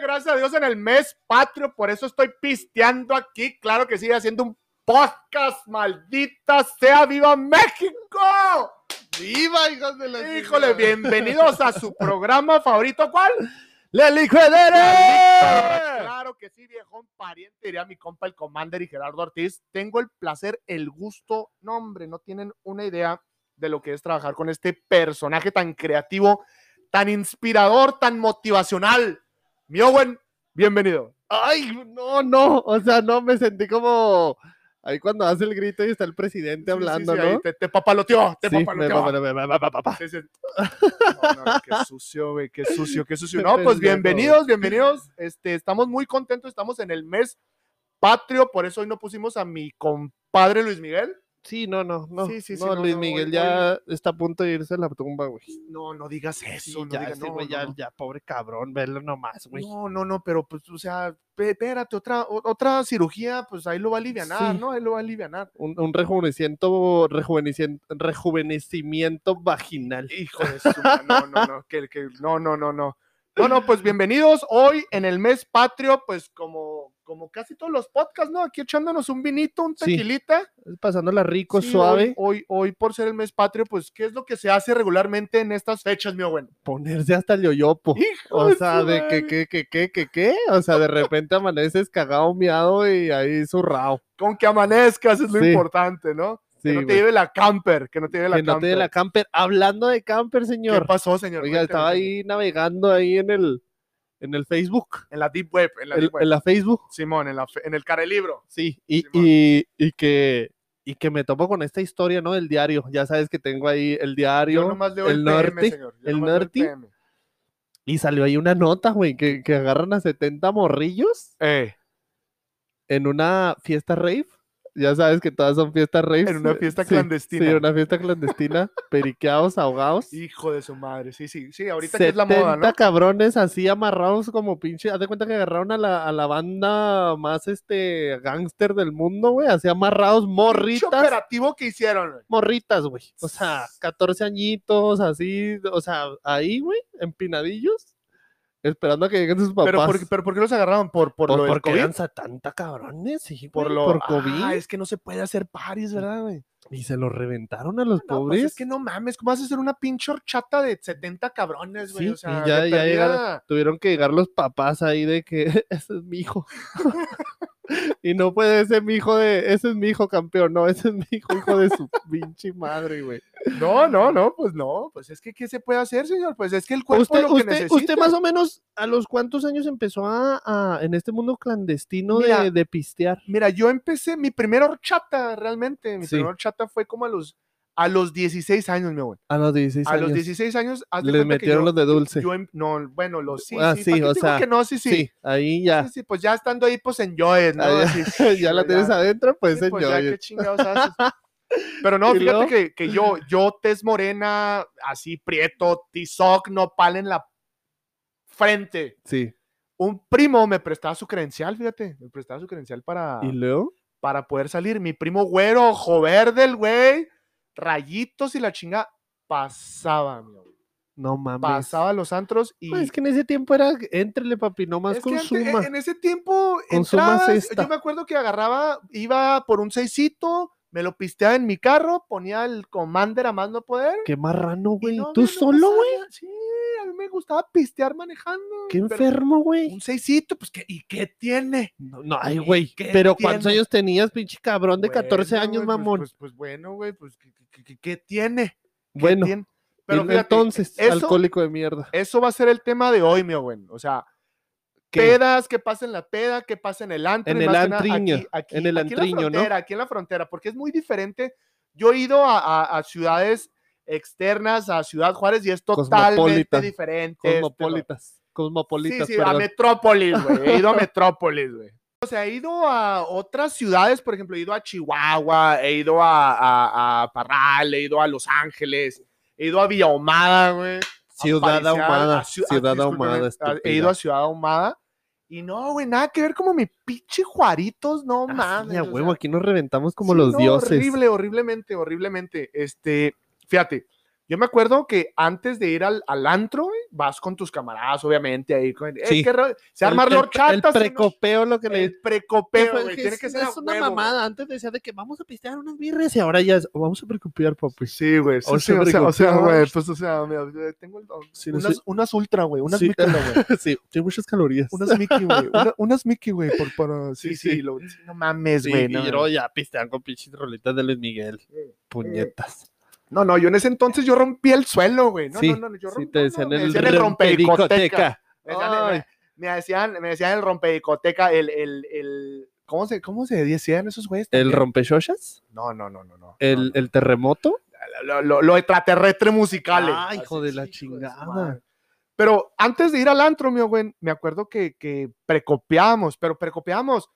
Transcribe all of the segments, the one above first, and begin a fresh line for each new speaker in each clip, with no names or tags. gracias a Dios, en el mes patrio, por eso estoy pisteando aquí, claro que sí, haciendo un podcast, maldita sea, viva México.
¡Viva, hijos de la
Híjole, bienvenidos a su programa favorito, ¿cuál?
¡La licuadera!
Claro que sí, viejón pariente, diría mi compa el Commander y Gerardo Ortiz. Tengo el placer, el gusto, no hombre, no tienen una idea de lo que es trabajar con este personaje tan creativo, tan inspirador, tan motivacional. Mi Owen, bienvenido.
Ay, no, no, o sea, no, me sentí como ahí cuando hace el grito y está el presidente hablando,
Sí, sí, ahí
¿no?
Te, te papaloteó, te
Sí, me-
papaloteó.
me- me- me- me- me- me-
Sí, sí. No, no, qué sucio, güey, qué sucio, qué sucio.
Qué
No, pues
pendejo.
bienvenidos, bienvenidos. Este, estamos muy contentos, estamos en el mes patrio, por eso hoy no pusimos a mi compadre Luis Miguel.
Sí, no, no, no.
Sí, sí, sí,
no,
no,
Luis
no,
Miguel
hoy-
ya está a punto de irse a la tumba, güey.
No, no digas
Sí,
eso, no
ya,
digas
ese
no,
güey,
no,
ya,
no.
ya, pobre cabrón, verlo nomás, güey.
No, no, no, pero pues, o sea, pe- espérate, otra, o- otra cirugía, pues ahí lo va a alivianar,
Sí.
¿no? Ahí lo va a alivianar.
Un, un rejuvenecimiento, rejuvenecien- rejuvenecimiento vaginal.
Hijo de su ma- no, no, no, que, que- no, no, no, no. No, no, pues bienvenidos hoy en el mes patrio, pues como, como casi todos los podcasts, ¿no? Aquí echándonos un vinito, un
Sí.
tequilita.
Pasándola rico,
Sí, hoy-
suave.
Hoy, hoy, por ser el mes patrio, pues, ¿qué es lo que se hace regularmente en estas fechas, mi buen?
Ponerse hasta el yoyopo. O sea, de que, que, que, que, que, que, o sea, de repente amaneces cagado, miado y ahí zurrao.
Con que amanezcas es lo
Sí.
importante, ¿no?
Sí,
que no te
güey.
lleve la camper, que no te lleve la
que no te
camper.
dé la camper. Hablando de camper,
¿Qué
señor.
pasó, señor?
Oiga,
Cuénteme,
estaba
cuénteme.
ahí navegando ahí en el, en el Facebook,
En la Deep Web, en la
el-
Deep Web.
en la Facebook,
Simón, en, la, fe- en el carelibro.
sí, y,
Simón.
y, y que, y que me topo con esta historia, ¿no? Del diario. Ya sabes que tengo ahí el diario,
Yo nomás leo
el
el, PM,
norte,
señor. Yo
el
nomás leo
norte.
PM.
y salió ahí una nota, güey, que, que agarran a 70 morrillos
Eh,
en una fiesta rave. Ya sabes que todas son fiestas rave.
en una fiesta
Sí,
clandestina.
una fiesta clandestina, periqueados, ahogados.
Hijo de su madre. Sí, sí, sí, ahorita que es la
70
moda, ¿no?
cabrones así amarrados como pinche. Haz de cuenta que agarraron a la, a la banda más este gángster del mundo, güey. Así amarrados,
Mucho
morritas.
operativo que hicieron, güey.
Morritas, güey. O sea, 14 añitos, así. O sea, ahí, güey, empinadillos. Esperando a que lleguen sus papás.
Pero por, pero ¿por qué los agarraron? ¿Por, por,
Por-
lo del
porque
COVID?
eran 70 cabrones, sí,
Por
güey,
lo
por COVID.
Ah, es que no se puede hacer paris, ¿verdad, güey?
Y se los reventaron a los
No,
pobres.
pues es que no mames, ¿cómo vas a hacer una pinche horchata de 70 cabrones, güey?
Sí,
o sea,
y ya-
de
ya llegaron-
perdida-
tuvieron que llegar los papás ahí de que ese es mi hijo. y no puede ese mi hijo de, ese es mi hijo campeón, no, ese es mi hijo, hijo de su pinche madre, güey.
No, no, no, pues no, pues es que ¿qué se puede hacer, señor? Pues es que el cuerpo
Usted,
lo que
usted,
necesita.
usted más o menos, ¿a los cuántos años empezó a, a- en este mundo clandestino de-
Mira.
de, pistear?
Mira, yo empecé mi primera horchata realmente, mi
Sí.
primera horchata fue como a los a los 16 años, mi güey.
A los 16
A
años.
los 16 años haz de
Les
cuenta que
metieron
yo-
los de dulce.
yo em- no, bueno, los sí,
Ah,
sí,
sí,
¿para qué
o
te digo
sea,
que no, sí,
sí.
sí. Sí,
ahí ya.
sí, pues ya estando ahí pues enjoy, ¿no?
Ah,
Así,
ya la
ya.
tienes adentro, pues,
Sí, pues, ya,
señor.
¿qué chingados haces? Pero no,
¿Y
fíjate
luego?
que, que yo, yo tez morena, así prieto, tizoc, nopal en la frente.
Sí.
Un primo me prestaba su credencial, fíjate, me prestaba su credencial para,
¿Y luego?
para poder salir. Mi primo güero, ojo verde el güey, rayitos y la chinga, pasaba, mi amor,
No mames.
pasaba a los antros y...
No, es que en ese tiempo era, entrele papi, no más
Es que antes- e,
consuma.
en- en ese tiempo
Consuma
entrabas,
cesta.
yo me acuerdo que agarraba, iba por un seisito, me lo pisteaba en mi carro, ponía el commander a más no poder.
Qué marrano,
y
güey.
no,
¿Tú
me- no
solo,
pasaba
güey?
nada. Sí, a mí me gustaba pistear manejando.
Qué
pero
enfermo, güey.
Un seisito, pues, ¿qué, ¿y qué tiene?
No, no, ay,
¿Y
güey.
qué
Pero ¿cuántos
tiene?
años tenías, pinche cabrón de 14
Bueno,
años,
güey, pues-
mamón?
Pues, pues bueno, güey, pues, ¿qué, qué- qué- qué- qué tiene? ¿Qué
bueno,
tiene? Pero
pero
fíjate,
entonces,
eso-
alcohólico de mierda.
eso va a ser el tema de hoy, mi güey. O sea,
¿Qué?
pedas, que pasa en la peda, que pasa en el antro. y
En el
más que nada
antriño,
aquí- aquí-
en el
aquí
antriño, ¿no?
la frontera, Aquí en la frontera, porque es muy diferente. Yo he ido a, a- a ciudades externas, a Ciudad Juárez, y es totalmente
Cosmopolitan,
diferente. este, güey.
Cosmopolitas. Cosmopolitas,
sí, sí, a
perdón.
Metrópolis, güey. He ido a Metrópolis, güey. O sea, he ido a otras ciudades, por ejemplo, he ido a Chihuahua, he ido a, a- a Parral, he ido a Los Ángeles, he ido a Villa Ahumada, güey
Ciudad
apariciar
ahumada.
a Ciu- a-
ciudad
discúlpeme,
ahumada.
a-
estúpida.
He ido a Ciudad Ahumada y no, güey, nada que ver como mi pinche Juaritos, no
Ah, sí,
mames.
a
o
huevo,
sea,
aquí nos reventamos como
sí,
los
no,
dioses.
Horrible, horriblemente, horriblemente. Este, fíjate, Yo me acuerdo que antes de ir al, al antro, güey, vas con tus camaradas, obviamente, ahí. Con, eh,
Sí.
¿qué rollo? se
El-
armar
el-
los
El
chatas.
precopeo, lo que le
El precopeo,
Pues,
güey,
que
Tiene
es,
que ser a
es una
huevo.
mamada. Antes decía de que vamos a pistear unas birras y ahora ya es, vamos a preocupar, papi.
Pues Sí, güey. sí,
O
sí,
sea,
o sea, o sea,
preocupado.
güey, pues, o sea, mira, yo tengo el-
Sí, no
unas,
sé.
unas ultra, güey, unas
Sí.
micro, güey.
sí, tiene muchas calorías.
Unas Mickey, güey. una- unas Mickey, güey, por, por- sí,
Sí,
sí,
sí.
lo- sí, no mames,
Sí,
güey.
y
no,
luego ya pistean con pinches rolitas de Luis Miguel.
Eh,
Puñetas.
no, no, yo en ese entonces yo rompí el suelo, güey. No,
sí,
no, no, yo
sí,
rompí
te decían el,
rompedicoteca.
rompedicoteca.
Me decían, el-
Ay.
me, decían, me decían el rompedicoteca, el, el, el, ¿cómo se, cómo se decían esos güeyes?
¿El
también?
rompechochas?
No, no, no, no, no.
¿El,
no, no.
el terremoto?
lo, lo, lo extraterrestre musical.
Ah, hijo de la chingada.
Pero antes de ir al antro, mi güey, me acuerdo que, que precopiábamos, pero precopiábamos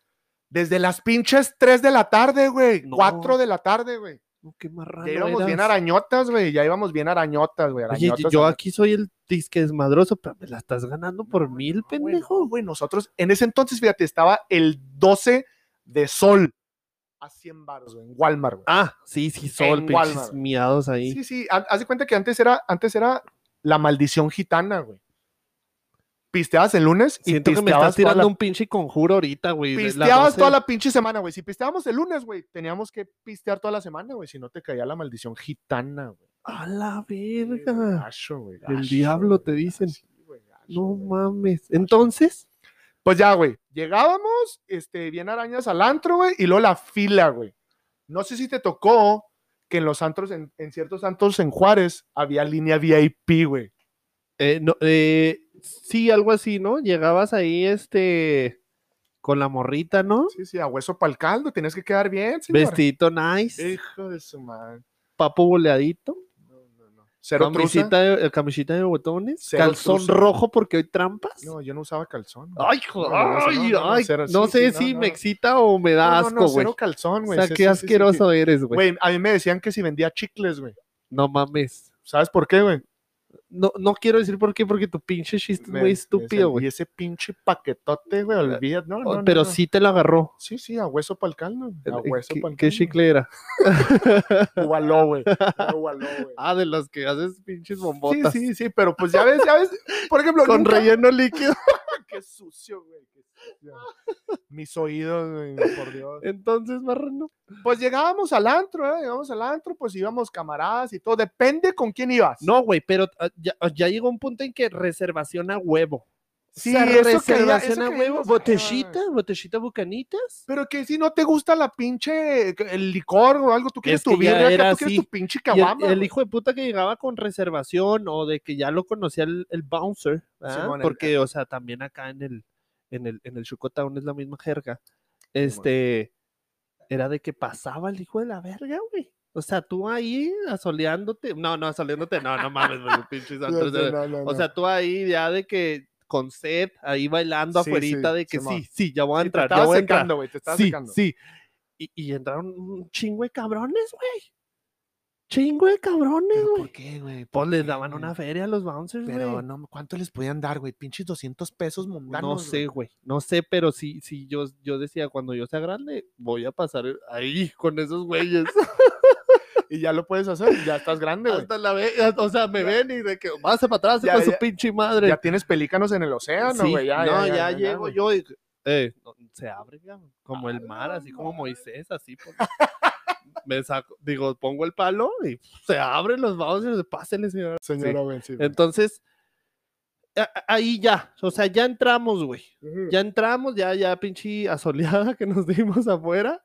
desde las pinches 3 de la tarde, güey,
No.
4 de la tarde, güey.
Ah, No, Oh, qué marrano
Ya íbamos
eras.
bien arañotas, güey, ya íbamos bien arañotas, güey.
Oye,
arañotas,
yo
arañotas.
aquí soy el disque desmadroso, pero me la estás ganando por
No,
mil,
no, Ah, güey, no,
pendejo.
güey, nosotros en ese entonces, fíjate, estaba el 12 de sol a 100 baros, güey, en Walmart, güey.
Ah, sí, sí, sol,
En
pinches
Walmart.
miados ahí.
Sí, sí, ha- haz de cuenta que antes era, antes era la maldición gitana, güey. Pisteabas el lunes y
Siento que me
pisteabas toda
estás tirando
la-
un pinche conjuro ahorita, güey. de las
pisteabas
12.
toda la pinche semana, güey. Si pisteábamos el lunes, güey, teníamos que pistear toda la semana, güey. Si no te caía la maldición gitana, güey.
A la
Sí, güey,
verga.
gacho, güey,
El
gacho,
diablo
güey,
te dicen.
gacho, güey, gacho,
No
güey.
mames. Entonces,
Pues ya, güey. Llegábamos, este, bien arañas al antro, güey, y luego la fila, güey. No sé si te tocó que en los antros, en, en ciertos antros en Juárez, había línea VIP, güey.
eh, no, eh, sí, algo así, ¿no? Llegabas ahí, este, con la morrita, ¿no?
Sí, sí, a hueso pa'l caldo, tienes que quedar bien, señor.
Vestidito nice,
Hijo de su madre.
papo boleadito,
No, no, no. Cero truza.
camisita de, eh, camisita de botones,
Cero
calzón
truza.
rojo porque hoy trampas.
No, yo no usaba calzón. güey.
Ay, joder,
No, no, no,
ay,
no, no, no,
ay,
cero,
no
sí,
sé
sí, no,
si
no,
me
no.
excita o me da
No, no, no,
asco, güey.
cero calzón,
o
güey.
sea,
Sí,
qué
sí, sí, sí, sí.
asqueroso eres, güey.
Güey, a mí me decían que si vendía chicles, güey.
No mames.
¿Sabes por qué, güey?
No, no quiero decir por qué, porque tu pinche chiste es
Me-
muy
me
estúpido,
decían,
güey.
Y ese pinche paquetote, güey, olvídate. No, no,
Oh,
no,
Pero
no.
sí te la agarró. Eh,
Sí, sí, a hueso pa'l caldo. A hueso
¿Qué,
pa'l caldo.
qué chicle era?
Ubaló, güey. Era Ubaló, güey.
Ah, de los que haces pinches bombotas.
Sí, sí, sí, pero pues ya ves, ya ves. Por ejemplo,
Con
nunca-
relleno líquido.
Qué sucio, güey. qué sucio. Mis oídos, güey, por Dios.
Entonces, marrano.
Pues llegábamos al antro, ¿eh? Llegábamos al antro, pues íbamos camaradas y todo. Depende con quién ibas.
No, güey, pero ah, ya, ya llegó un punto en que reservación a huevo.
sí,
O sea,
eso que ah,
reservación a huevo. Botellita, botellita bucanitas.
Pero que si no te gusta la pinche, el licor o algo, tú quieres
Es que
tu
ya
birria,
era
acá, tú quieres
así.
tu pinche
Y el-
caguama.
el,
güey.
hijo de puta que llegaba con reservación o de que ya lo conocía el, el bouncer, ¿verdad?
Simón, el-
porque, o sea, también acá en el, en el, en el Chucotown es la misma jerga. Este, era de que pasaba el hijo de la verga, güey. O sea, tú ahí asoleándote, no, no, asoleándote, no, no mames, güey, los pinches
No,
antros de-
no, no,
O
no.
sea, tú ahí ya de que con sed, ahí bailando
Sí,
afuerita
sí,
de que
Simón.
sí, sí, ya voy a
Sí,
entrar,
te
ya
estabas
voy a entrar.
secando, güey, te estabas
Sí,
secando.
sí. Y, y entraron un chingo de cabrones, güey. Chingo de cabrones,
Pero
güey.
¿Por qué, güey?
Pues les
qué,
daban
güey?
una feria a los bouncers, güey.
Pero no, ¿cuánto les podían dar, güey? Pinches 200 pesos mundanos.
No
güey.
sé, güey. No sé, pero sí, sí, yo, yo decía, cuando yo sea grande, voy a pasar ahí con esos güeyes.
Y ya lo puedes hacer, ya estás grande, güey.
Hasta la ve, o sea, me ven y de que vas para atrás
Ya,
con su
ya.
pinche madre.
Ya tienes pelícanos en el océano,
Sí,
güey. ya, ya,
no,
ya, ya,
llego
güey.
yo y eh, Ah, no, se abre ya, como el mar,
la
así como Moisés, así. por- me saco, digo, pongo el palo y se abren los bouncers, pásenle, señora.
Señora, güey, sí, güey.
Entonces, a- a- ahí ya, o sea, ya entramos, güey.
Ujú.
Ya entramos, ya, ya, pinche asoleada que nos dimos afuera.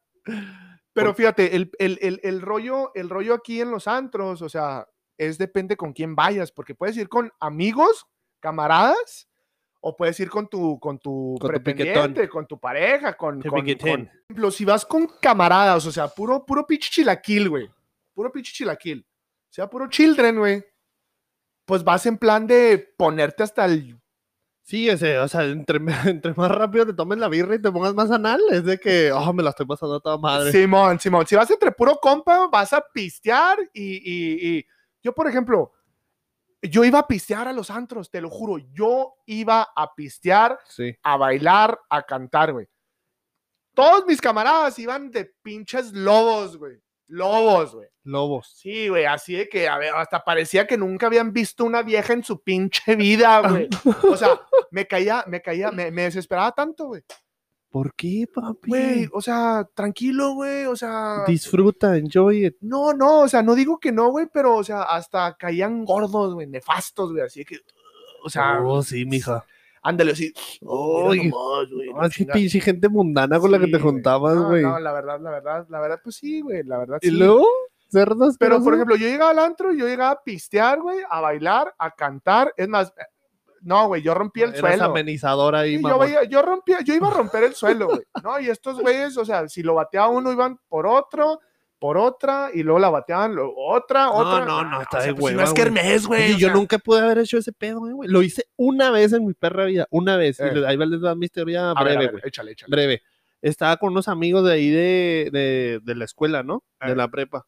Pero fíjate, el, el, el, el rollo, el rollo aquí en los antros, o sea, es depende con quién vayas, porque puedes ir con amigos, camaradas, o puedes ir con tu, con tu
Con tu piquetón.
pretendiente, con tu pareja, con,
Tu
con,
piquetén.
con- por ejemplo, si vas con camaradas, o sea, puro, puro pinche chilaquil, güey. Puro pinche chilaquil. O sea, puro children, güey. Pues vas en plan de ponerte hasta el.
Sí, ese, o sea, entre, entre más rápido te tomes la birra y te pongas más anal, es de que, oh, me la estoy pasando a toda madre.
Simón, Simón. Si vas entre puro compa, vas a pistear y, y- y- Yo, por ejemplo, yo iba a pistear a los antros, te lo juro. Yo iba a pistear,
sí.
a bailar, a cantar, güey. Todos mis camaradas iban de pinches lobos, güey. Lobos, güey.
Lobos.
Sí, güey, así de que, a ver, hasta parecía que nunca habían visto una vieja en su pinche vida, güey. O sea, me caía, me caía, me, me desesperaba tanto, güey.
¿Por qué, papi?
Güey, o sea, tranquilo, güey, o sea...
Disfruta, enjoy it.
No, no, o sea, no digo que no, güey, pero, o sea, hasta caían gordos, güey, nefastos, güey, así de que... O sea,
oh, sí, mija.
ándale, así...
Ay,
mira nomás, güey, la
Ah, sí,
chingada.
pinche gente mundana con la que
Sí,
te juntabas,
No,
güey.
No, la verdad, la verdad, la verdad, pues sí, güey, la verdad
y
sí.
luego, cerdas.
Pero, por ejemplo, yo llegaba al antro, yo llegaba a pistear, güey, a bailar, a cantar. Es más, eh, no, güey, yo rompí el suelo.
amenizadora ahí,
Sí, yo,
mamón.
veía- yo rompía, yo iba a romper el suelo, güey. No, y estos güeyes, o sea, si lo bateaba uno, iban por otro, por otra, y luego la bateaban lo- otra, otra.
no, no,
Ah,
está
o
de
sea, pues, si
hueva,
no es que
güey.
Hermes, güey.
Oye,
o
yo
sea,
nunca pude haber hecho ese pedo, eh, güey. Lo hice una vez en mi perra vida, una vez.
Eh.
Y les- ahí les va mi teoría
A ver, a
breve,
ver,
güey.
échale, échale.
Breve. Estaba con unos amigos de ahí de, de, de la escuela, ¿no?
Eh.
De la prepa.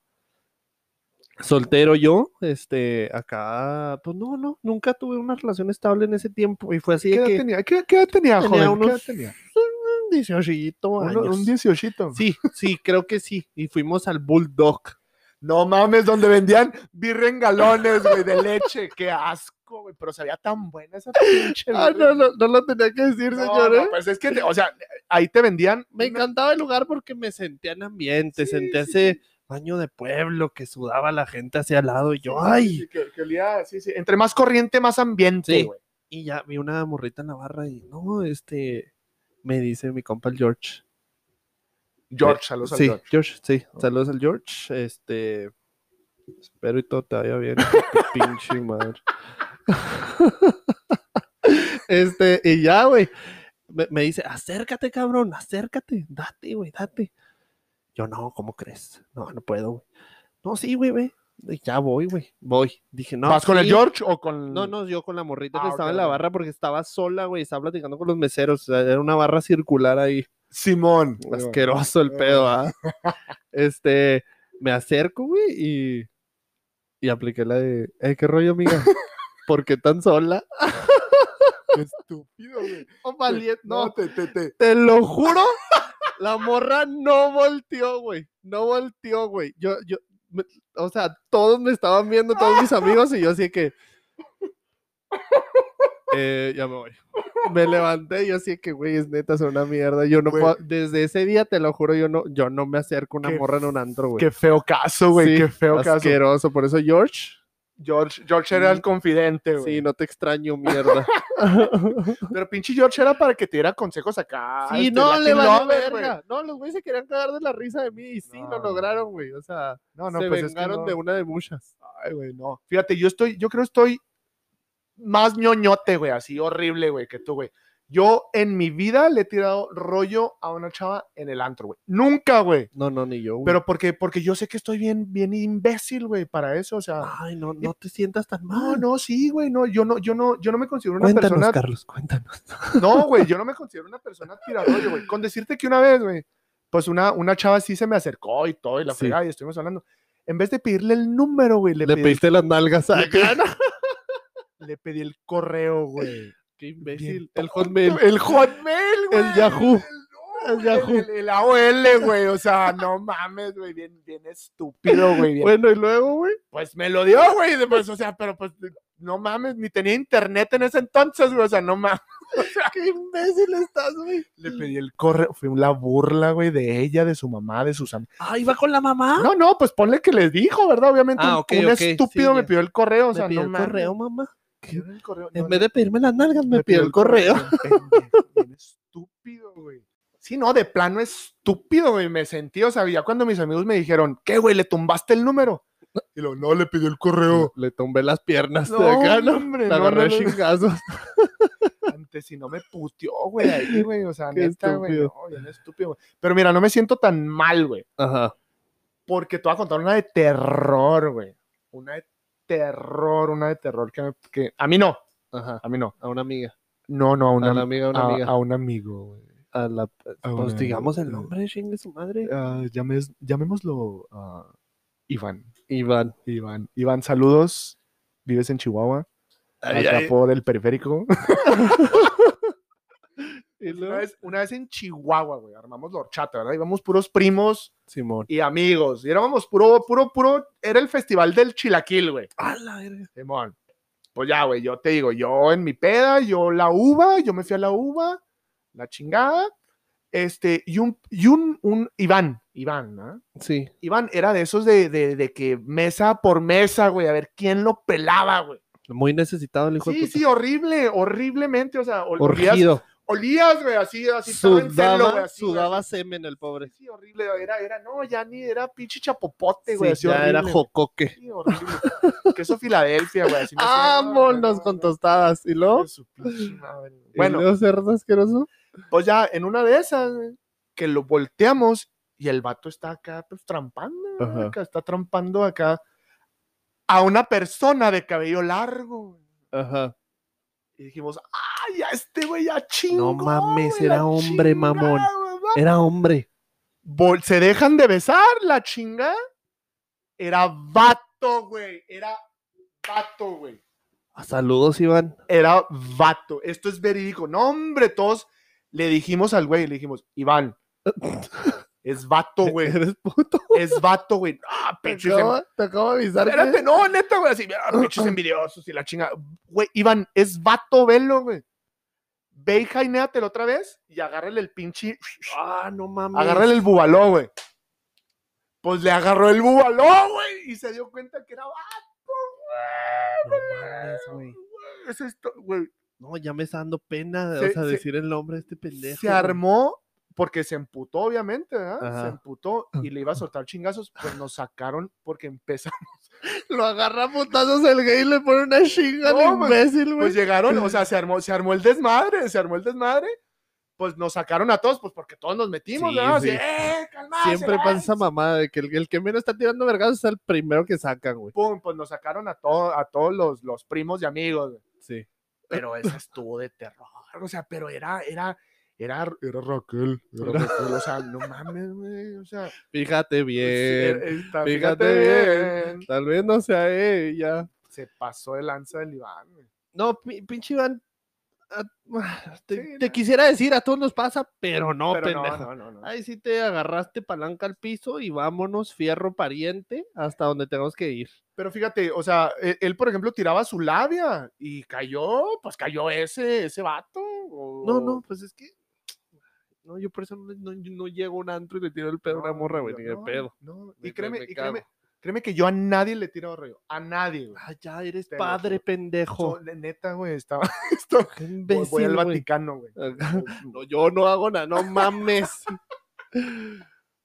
Soltero yo, este, acá, pues no, no, nunca tuve una relación estable en ese tiempo. Y fue así
¿Qué
de
edad,
que
tenía? ¿Qué, qué edad tenía,
Tenía
joven? ¿Qué
unos
edad tenía?
18
Uno-
años.
un 18.
Sí, sí, creo que sí. Y fuimos al Bulldog.
No mames, donde vendían birra en galones, güey, de leche. Qué asco, güey. Pero sabía tan buena esa pinche
Ah,
birra.
no, ¿eh? no, no lo tenía que decir,
No,
señores.
no, pues es que, te- o sea, ahí te vendían. una-
Me encantaba el lugar porque me sentía en ambiente,
Sí,
sentía
sí,
ese baño de pueblo que sudaba la gente hacia al lado. Y yo,
Sí,
ay.
sí, que, que olía, sí, sí. Entre más corriente, más ambiente,
Sí.
güey.
Y ya vi una morrita en la barra y, no, este, me dice mi compa el George.
George, saludos al
sí,
George.
sí. Saludos al George. Este, espero y todo te vaya bien. hijo de tu pinche madre. este, y ya, güey. Me, me dice, acércate, cabrón, acércate, date, güey, date. Yo, no, ¿cómo crees? No, no puedo, güey. No, sí, güey, ve. Y Ya voy, güey, voy. Dije, no.
¿Vas con el
sí".
George o con.?
No, no, yo con la morrita
Ah,
que
ok,
estaba en la
ok.
barra porque estaba sola, güey, estaba platicando con los meseros. o sea, era una barra circular ahí.
Simón.
Asqueroso el
Ay,
pedo, ¿ah? Este, me acerco, güey, y, y apliqué la de, "Eh, ¿qué rollo, amiga? ¿Por qué tan sola?
Qué estúpido, güey.
Oh, valiente,
No,
no,
te, te, te.
te lo juro, la morra no volteó, güey, no volteó, güey. Yo, yo, me- o sea, todos me estaban viendo, todos mis amigos, y yo así que, "Eh, ya me voy. Me levanté y yo así que, güey, es neta, son una mierda. Yo no
Güey.
puedo, desde ese día, te lo juro, yo no, yo no me acerco a una
Qué
morra en un antro, güey.
Qué feo caso, güey.
Sí,
qué feo caso.
Asqueroso, por eso George,
George, George era el confidente, güey.
sí, no te extraño, mierda.
Pero pinche George era para que te diera consejos acá.
sí,
este,
no,
Latin
le valió
lover, güey.
verga. No, los güeyes se querían cagar de la risa de mí y sí,
No.
lo lograron, güey. O sea,
No, no,
se
pues es que
vengaron
no.
de una de muchas.
Ay, güey, no. Fíjate, yo estoy, yo creo que estoy más ñoñote, güey, así horrible, güey, que tú, güey. Yo en mi vida le he tirado rollo a una chava en el antro, güey. Nunca, güey.
No, no, ni yo, güey.
Pero porque, porque yo sé que estoy bien, bien imbécil, güey, para eso. O sea,
Ay, no, eh, no te sientas tan
no,
mal.
no, sí, güey, no, yo no, yo no, yo no me considero una
cuéntanos,
persona.
Carlos, cuéntanos.
No, güey, yo no me considero una persona tirarrollo, güey. Con decirte que una vez, güey, pues una, una chava sí se me acercó y todo, y la
Sí.
fregada, y estuvimos hablando. En vez de pedirle el número, güey, le,
Le
pedí,
pediste las nalgas a
le pedí- le pedí el correo, güey.
Qué imbécil.
Bien
El Hotmail.
El Hotmail, güey.
El
El,
Yahoo.
no,
El
güey,
Yahoo.
el- el AOL, güey. O sea, no mames, güey. Bien, bien estúpido, güey. bien-
Bueno, y luego, güey.
Pues me lo dio, güey. de- Pues, o sea, pero pues no mames, ni tenía internet en ese entonces, güey. O sea, no mames.
Qué imbécil estás, güey.
Le pedí el correo. Fue la burla, güey, de ella, de su mamá, de sus amigos.
Ay, va con la mamá.
No, no, pues ponle que les dijo, ¿verdad? Obviamente,
Ah,
un-
ok,
un
ok,
estúpido
sí,
me
ya.
pidió el correo. O
me
sea,
pidió
no
el
mames.
correo, mamá.
Me pidió el correo,
En
no,
vez de pedirme las nalgas, me,
Me
pidió el correo.
bien pendejo, bien estúpido, güey. Sí, no, de plano estúpido, güey. Me sentí, o sea, ya cuando mis amigos me dijeron, ¿qué, güey? ¿Le tumbaste el número? Y lo, no, le pidió el correo.
Le tumbé las piernas
No,
de acá, ¿no?
hombre,
Te
no, no,
agarré
no.
chingazos.
Antes si no me puteó, güey, ahí, güey. O sea,
Qué
neta, güey.
estúpido.
No, bien estúpido, güey. Pero mira, no me siento tan mal, güey.
Ajá.
Porque te voy a contar una de terror, güey. Una de terror, una de terror que, me- que- a mí no,
Ajá.
a mí no.
A una amiga.
No, no, a
A
una,
una amiga, a una
a-
amiga.
a un amigo, güey.
A la,
a
pues
una-
digamos el
eh,
nombre, chingue su madre.
Ah, llames- llamémoslo ah, Iván.
Iván.
Iván. Iván, saludos. Vives en Chihuahua, acá por el periférico.
Y luego-
Una vez, una vez en Chihuahua, güey, armamos la horchata, ¿verdad? Íbamos puros primos
Simón.
y amigos. Y éramos puro, puro, puro. Era el festival del chilaquil, güey.
A la verga.
Simón. Pues ya, güey, yo te digo, yo en mi peda, yo la uva, yo me fui a la uva, la chingada. Este, y un, y un, un Iván, Iván, ¿ah?
Sí.
Iván era de esos de, de, de que mesa por mesa, güey, a ver quién lo pelaba, güey.
Muy necesitado el hijo de
Sí,
puta.
sí, horrible, horriblemente, o sea, ol- olías,
Orgido.
olías, güey, así, así, todo en celo, güey,
Sudaba,
así, güey,
sudaba semen el pobre.
así, sí, horrible, era, era, no, ya ni era pinche chapopote,
Sí,
güey, así
ya era
horrible,
jocoque.
sí, horrible. Queso Filadelfia, güey, así no sé, no, "Ah, no,
Vámonos
no,
con
no.
tostadas. ¿Y luego?
Hijo de su pinche madre.
Bueno. ¿Y
Bueno,
luego cerdo asqueroso?
pues ya en una de esas, güey, que lo volteamos y el vato está acá pues, trampando, güey,
Ajá.
acá, está trampando acá a una persona de cabello largo. güey.
Ajá.
Y dijimos, ¡ay, ya este güey ya chingó!
mames,
güey,
era
la
hombre, mamón.
chingada, güey".
Era hombre.
Vol- Se dejan de besar, la chinga. Era vato, güey. Era vato, güey.
A saludos, Iván.
era vato. Esto es verídico. No, hombre, todos le dijimos al güey, le dijimos, Iván, es vato, güey.
Eres puto.
Es vato, güey. Ah,
Te
pinches.
acabo, te acabo de avisar. que-
Espérate, no, neta, güey. Así, ah, pinches envidiosos y la chinga. Güey, Iván, es vato, velo, güey. Ve y jainéatelo otra vez y agárrale el pinche.
Ah, no mames.
Agárrale el bubaló, güey. Pues le agarró el bubaló, güey. Y se dio cuenta que era vato,
No
güey.
mames, güey.
Güey, Es esto, güey.
No, ya me está dando pena,
Se-
o sea,
se-
decir el nombre de este pendejo.
se
güey.
armó porque se emputó, obviamente, ¿verdad?
Ajá.
Se emputó y le iba a soltar chingazos, pues nos sacaron porque empezamos.
Lo agarra a putazos el gay y le pone una chinga al
No, pues-
imbécil, güey.
Pues llegaron, o sea, se armó, se armó el desmadre, se armó el desmadre. Pues nos sacaron a todos, pues porque todos nos metimos,
Sí,
¿verdad? Así,
sí.
"Eh, calmarse,
Siempre
eh".
pasa esa mamada de que el, el que menos está tirando vergados es el primero que sacan, güey.
Pum, pues nos sacaron a, todo, a todos los, los primos y amigos. güey.
Sí.
Pero esa estuvo de terror, o sea, pero era, era, era, era Raquel, era
Era-
Raquel, o sea, no mames, güey, o sea.
Fíjate bien.
eh, está-
fíjate bien. Tal vez no sea ella.
se pasó de lanza del Iván. güey.
No, pi- pinche Iván. ah, ah, Te,
Sí,
te
no.
quisiera decir, a todos nos pasa, pero no,
Pero no, no,
pendejo.
no, no.
Ahí sí te agarraste palanca al piso y vámonos, fierro pariente, hasta donde tengamos que ir.
Pero fíjate, o sea, e- él, por ejemplo, tiraba su labia y cayó, pues cayó ese, ese vato. o-
No, no, pues es que. No, yo por eso no, no- yo no llego a un antro y le tiro el pedo a una
no,
morra, güey,
yo
ni de
no,
pedo.
no.
Me-
Y
me-
créeme,
me
y
cago.
créeme, créeme que yo a nadie le tiro rollo. A nadie, güey.
Ah, ya eres
Te lo
padre,
juro.
pendejo.
So, de neta, güey, estaba. estaba-
Qué
voy- voy al
imbécil, güey.
Vaticano, güey.
No, yo no hago nada, no mames.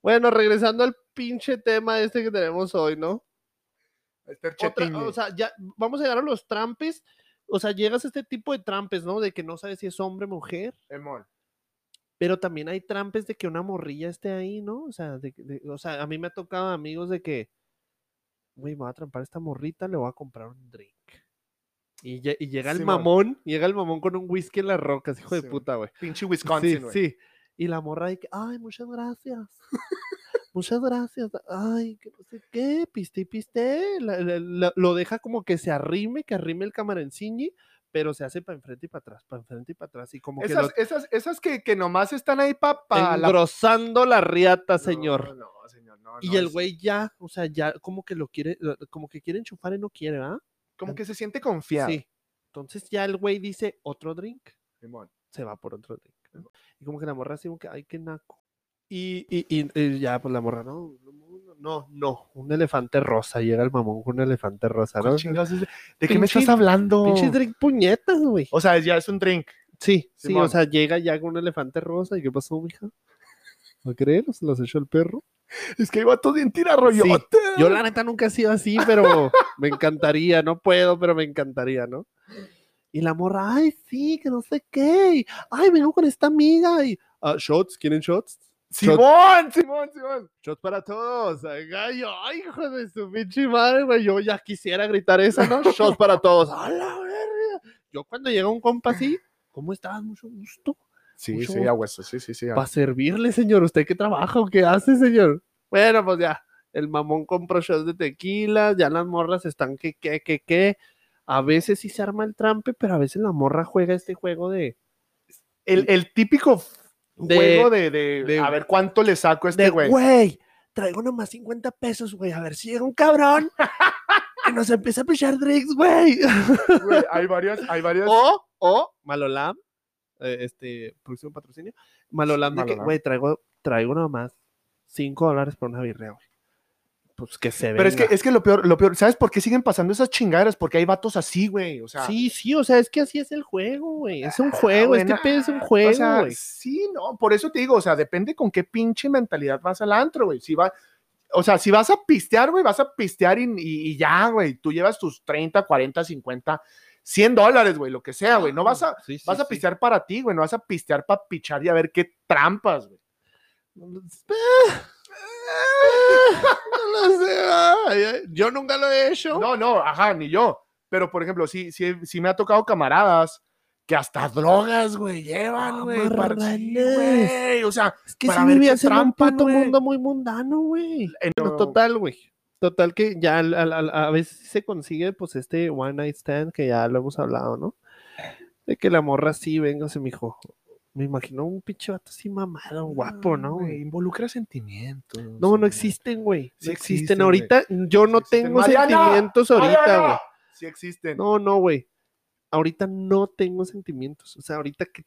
bueno, regresando al pinche tema este que tenemos hoy, ¿no?
Esther
Otra-
Chetini.
o sea, ya vamos a llegar a los trampes. O sea, llegas a este tipo de trampes, ¿no? De que no sabes si es hombre o mujer.
Emol.
Pero también hay trampes de que una morrilla esté ahí, ¿no? O sea, de- de- o sea a mí me ha tocado amigos de que, güey, me voy a trampar a esta morrita, le voy a comprar un drink. Y, lle- y llega el
Simón.
mamón, llega el mamón con un whisky en las rocas, hijo de
Simón.
puta, güey.
Pinche Wisconsin, güey.
Sí, sí. Y la morra de que, ay, muchas gracias. Muchas gracias. Ay, que no sé qué, piste y piste. La- la- la- lo deja como que se arrime, que arrime el camarencini, pero se hace para enfrente y para atrás, para enfrente y para atrás. Y como que lo-
Esas, esas, esas que, que nomás están ahí para la.
engrosando la riata, señor.
No, no, señor, no,
y
no,
el
es-
güey ya, o sea, ya como que lo quiere, lo- como que quiere enchufar y no quiere, ¿ah?
Como que se siente confiado.
Sí. Entonces ya el güey dice, otro drink,
Simón.
se va por otro drink. ¿no? Y como que la morra así como que, ay, qué naco. Y, y, y- y ya, pues la morra, no, no, no, no, no, un elefante rosa, llega el mamón con un elefante rosa,
¿Cuál
¿no?
chingados es de- ¿De qué me
Pinche-
estás hablando?
Pinche drink puñetas, güey.
O sea, ya es un drink.
Sí, sí, o
Simón.
sea, llega ya con un elefante rosa, ¿y qué pasó, mija? ¿No crees? ¿Se los echó el perro?
Es que hay vatos bien tirarroyote.
Yo la neta nunca he sido así, pero me encantaría, no puedo, pero me encantaría, ¿no? Y la morra, ay, sí, que no sé qué. y, Ay, vengo con esta amiga. Y, "Ah, shots, ¿quieren shots?
Simón, Simón, Simón.
Shots para todos. Ay, gallo, ay, hijo de su pinche madre, güey. Yo ya quisiera gritar esa, ¿no? Shots para todos. A la verga. Yo cuando llega un compa así, ¿cómo estás? Mucho gusto.
Sí,
Mucho
sí, a hueso, sí, sí, sí. a-
Para servirle, señor. ¿Usted qué trabaja o qué hace, señor? Bueno, pues ya. El mamón compró shots de tequila, ya las morras están que, que, que, que. A veces sí se arma el trampe, pero a veces la morra juega este juego de.
El, el típico
De-
juego de, de,
de-
a ver cuánto le saco a
de,
este güey.
güey, traigo nomás 50 pesos, güey, a ver si llega un cabrón que nos empieza a pichar drinks, güey.
Güey, Hay varias, hay varias.
o, o, Malolam, eh, este, próximo patrocinio, Malolam de que,
Malolam.
güey, traigo, traigo nomás 5 dólares por una birria, güey. Pues que se ve.
Pero es que, es que lo peor, lo peor, ¿sabes por qué siguen pasando esas chingaderas? Porque hay vatos así, güey. O sea,
Sí, sí, o sea, es que así es el juego, güey. Es un juego,
güey,
este
no,
pedo es un
o
juego,
sea,
güey.
sí, no, por eso te digo, o sea, depende con qué pinche mentalidad vas al antro, güey. Si va, o sea, si vas a pistear, güey, vas a pistear y, y- y ya, güey. Tú llevas tus 30, 40, 50, 100 dólares, güey, lo que sea, güey. No vas a,
Sí, sí,
vas a
sí.
pistear para ti, güey. No vas a pistear para pichar y a ver qué trampas, güey.
No lo sé, ay, ay, Eh, Yo nunca lo he hecho.
No, no, ajá, ni yo. Pero, por ejemplo, sí, sí, sí me ha tocado camaradas que hasta drogas, güey, llevan,
Ah,
güey. para- sí,
marranes.
güey, o sea,
es que
para
si
ver qué
vivías en un
trampa,
puto
güey.
mundo muy mundano, güey.
en-
Bueno, total, güey. Total que ya al- al- al- a veces se consigue pues este one night stand que ya lo hemos hablado, ¿no? De que la morra sí, véngase, mijo. Me imagino un pinche vato así mamado, guapo, ¿no? güey?
Ah, Involucra sentimientos.
No, no
güey.
existen, güey.
Sí
no
existen,
existen. Ahorita yo
existen.
no
¡Ah,
tengo
Mariana,
sentimientos ahorita,
Mariana,
güey.
Sí existen.
No, no, güey. Ahorita no tengo sentimientos. O sea, ahorita que...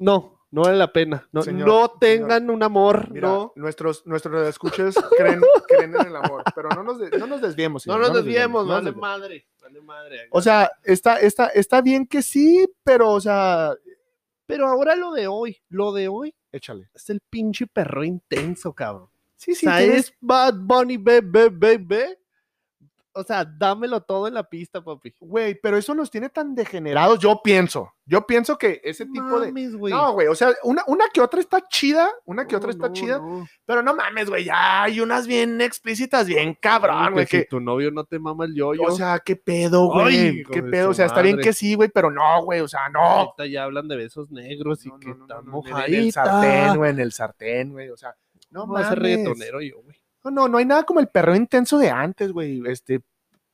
No, no vale la pena. No,
Señor,
no
señor.
tengan un amor.
Mira,
no.
nuestros, nuestros escuches creen, creen en el amor, pero no nos, de- no nos desviemos.
No
señor,
nos desviemos,
no nos
vale
desviemos.
madre. Vale madre.
O sea, está, está, está bien que sí, pero, o sea,
Pero ahora lo de hoy, lo de hoy
échale.
es el pinche perro intenso, cabrón.
Sí, sí,
o sea,
tienes-
es Bad Bunny, be, be, be, be. O sea, dámelo todo en la pista, papi.
Güey, pero eso nos tiene tan degenerados, yo pienso. Yo pienso que ese tipo de...
Mames, güey.
No, güey, o sea, una, una que otra está chida, una que
No,
otra está
no,
chida,
no.
pero no mames, güey, ya hay unas bien explícitas, bien
Ay,
cabrón, güey,
que
que,
si tu novio no te mama el yoyo.
O sea, qué pedo,
Ay,
güey.
hijo
Qué
de
pedo.
su
O sea, está bien
madre.
que sí, güey, pero no, güey. O sea, no.
ahorita ya hablan de besos negros y
No, no,
que
no, no,
está
no, en el-
mojadita.
En el sartén, güey, en el sartén, güey. O sea, no
No, va a
más
ser reggaetonero yo, güey.
No, no, no hay nada como el perro intenso de antes, güey. Este,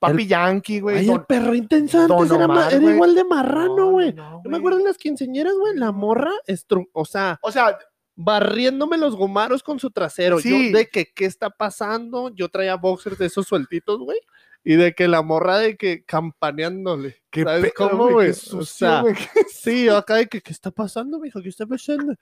Papi Yankee, güey.
Ay, el
Don-
perro intenso antes
Don
era, ma-
Omar,
era
güey.
igual de
No, no,
marrano, güey.
no,
Yo me
güey.
acuerdo en las quinceñeras, güey, la morra, estru- o sea,
O sea,
barriéndome los gomaros con su trasero.
Sí.
Yo de que, ¿qué está pasando? Yo traía boxers de esos sueltitos, güey. Y de que la morra de que campaneándole.
qué
¿Sabes
pedo,
cómo,
güey,
güey?
qué
O
sucio,
sea,
güey.
Sí, yo acá de que, ¿qué está pasando, mijo? ¿Qué está pasando?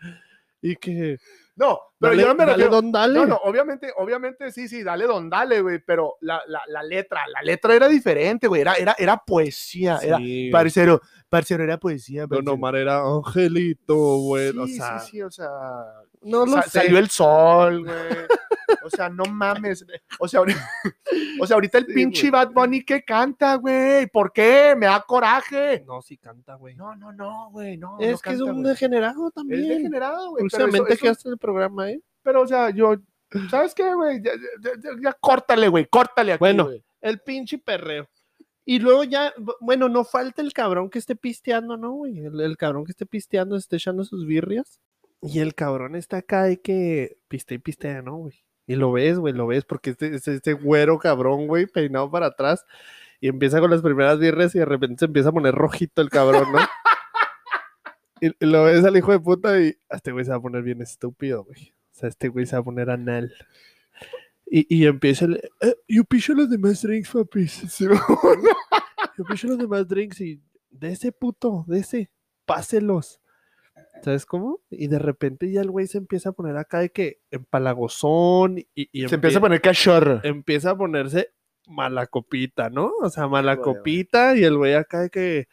Y que...
No, pero
dale-
yo no me
dale,
refiero.
don, dale.
No, no, obviamente, obviamente, sí, sí, dale don, dale, güey, pero la, la, la letra, la letra era diferente, güey, era, era, era poesía, era,
Sí, güey.
parcero, parcero, era poesía,
Don
parcero.
Omar era angelito, güey. o
Sí,
sea,
sí, sí, o sea,
no lo
Sa-
sé.
Salió el sol, güey. O sea, no mames. O sea, ahorita, o sea, ahorita el
Sí,
pinche
güey.
Bad Bunny que canta, güey. ¿Por qué? Me da coraje.
No, sí canta, güey.
No, no, no, güey. No, no
es que es
canta,
un
güey.
degenerado
Es
también.
degenerado, güey. Pero, eso-
Justamente
eso-
que hace el programa, ¿eh?
pero, o sea, yo. ¿Sabes qué, güey? Ya, ya- ya- ya córtale, güey. Córtale aquí.
Bueno,
güey.
El pinche perreo. Y luego ya, bu- bueno, no falta el cabrón que esté pisteando, ¿no, güey? El, el cabrón que esté pisteando, esté echando sus birrias. Y el cabrón está acá de que pistea y pistea, ¿no, güey? Y lo ves, güey, lo ves, porque este, este, este güero cabrón, güey, peinado para atrás. Y empieza con las primeras birrias y de repente se empieza a poner rojito el cabrón, ¿no? y, y lo ves al hijo de puta y "Ah, este güey se va a poner bien estúpido, güey. O sea, este güey se va a poner anal. Y, y empieza el, "Eh, yo picho los demás drinks, papis. Yo picho los demás drinks y de ese puto, de ese, páselos. ¿Sabes cómo? Y de repente ya el güey se empieza a poner acá de que empalagosón y, y
Se empieza
empie-
a poner cachorro.
empieza a ponerse mala copita, ¿no? O sea, mala
Híjole, güey.
copita y el güey acá de que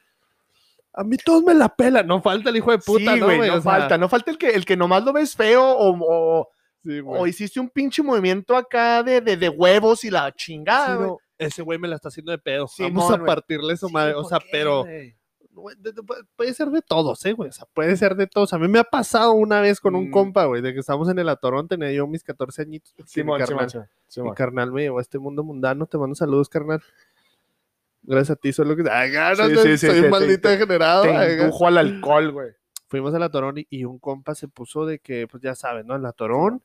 a mí todos me la pelan, no falta el hijo de puta,
sí,
¿no?
güey,
güey?
no
O sea,
falta, no falta el que, el que nomás lo ves feo o, o,
sí,
o
güey.
hiciste un pinche movimiento acá de, de, de huevos y la chingada,
Sí,
güey.
no, ese güey me la está haciendo de pedo. Vamos
Simón,
a
güey.
partirle su madre, o
¿por
sea,
qué,
pero
güey?
güey, de- de- pu- puede ser de todos, ¿eh, güey? O sea, puede ser de todos. A mí me ha pasado una vez con un
Mm.
compa, güey, de que estábamos en el atorón, tenía yo mis 14 añitos. porque mi
Simón, Simón,
carnal-
Simón,
Mi
Simón.
carnal me llevó a este mundo mundano. Te mando saludos, carnal. Gracias a ti, solo que. Ay,
Sí,
gánate,
sí, sí,
soy un
te-
maldito
te-
degenerado.
Te
ay, gá-
indujo al alcohol, güey.
Fuimos a la Torón y, y un compa se puso de que, pues ya sabes, ¿no? En la Torón.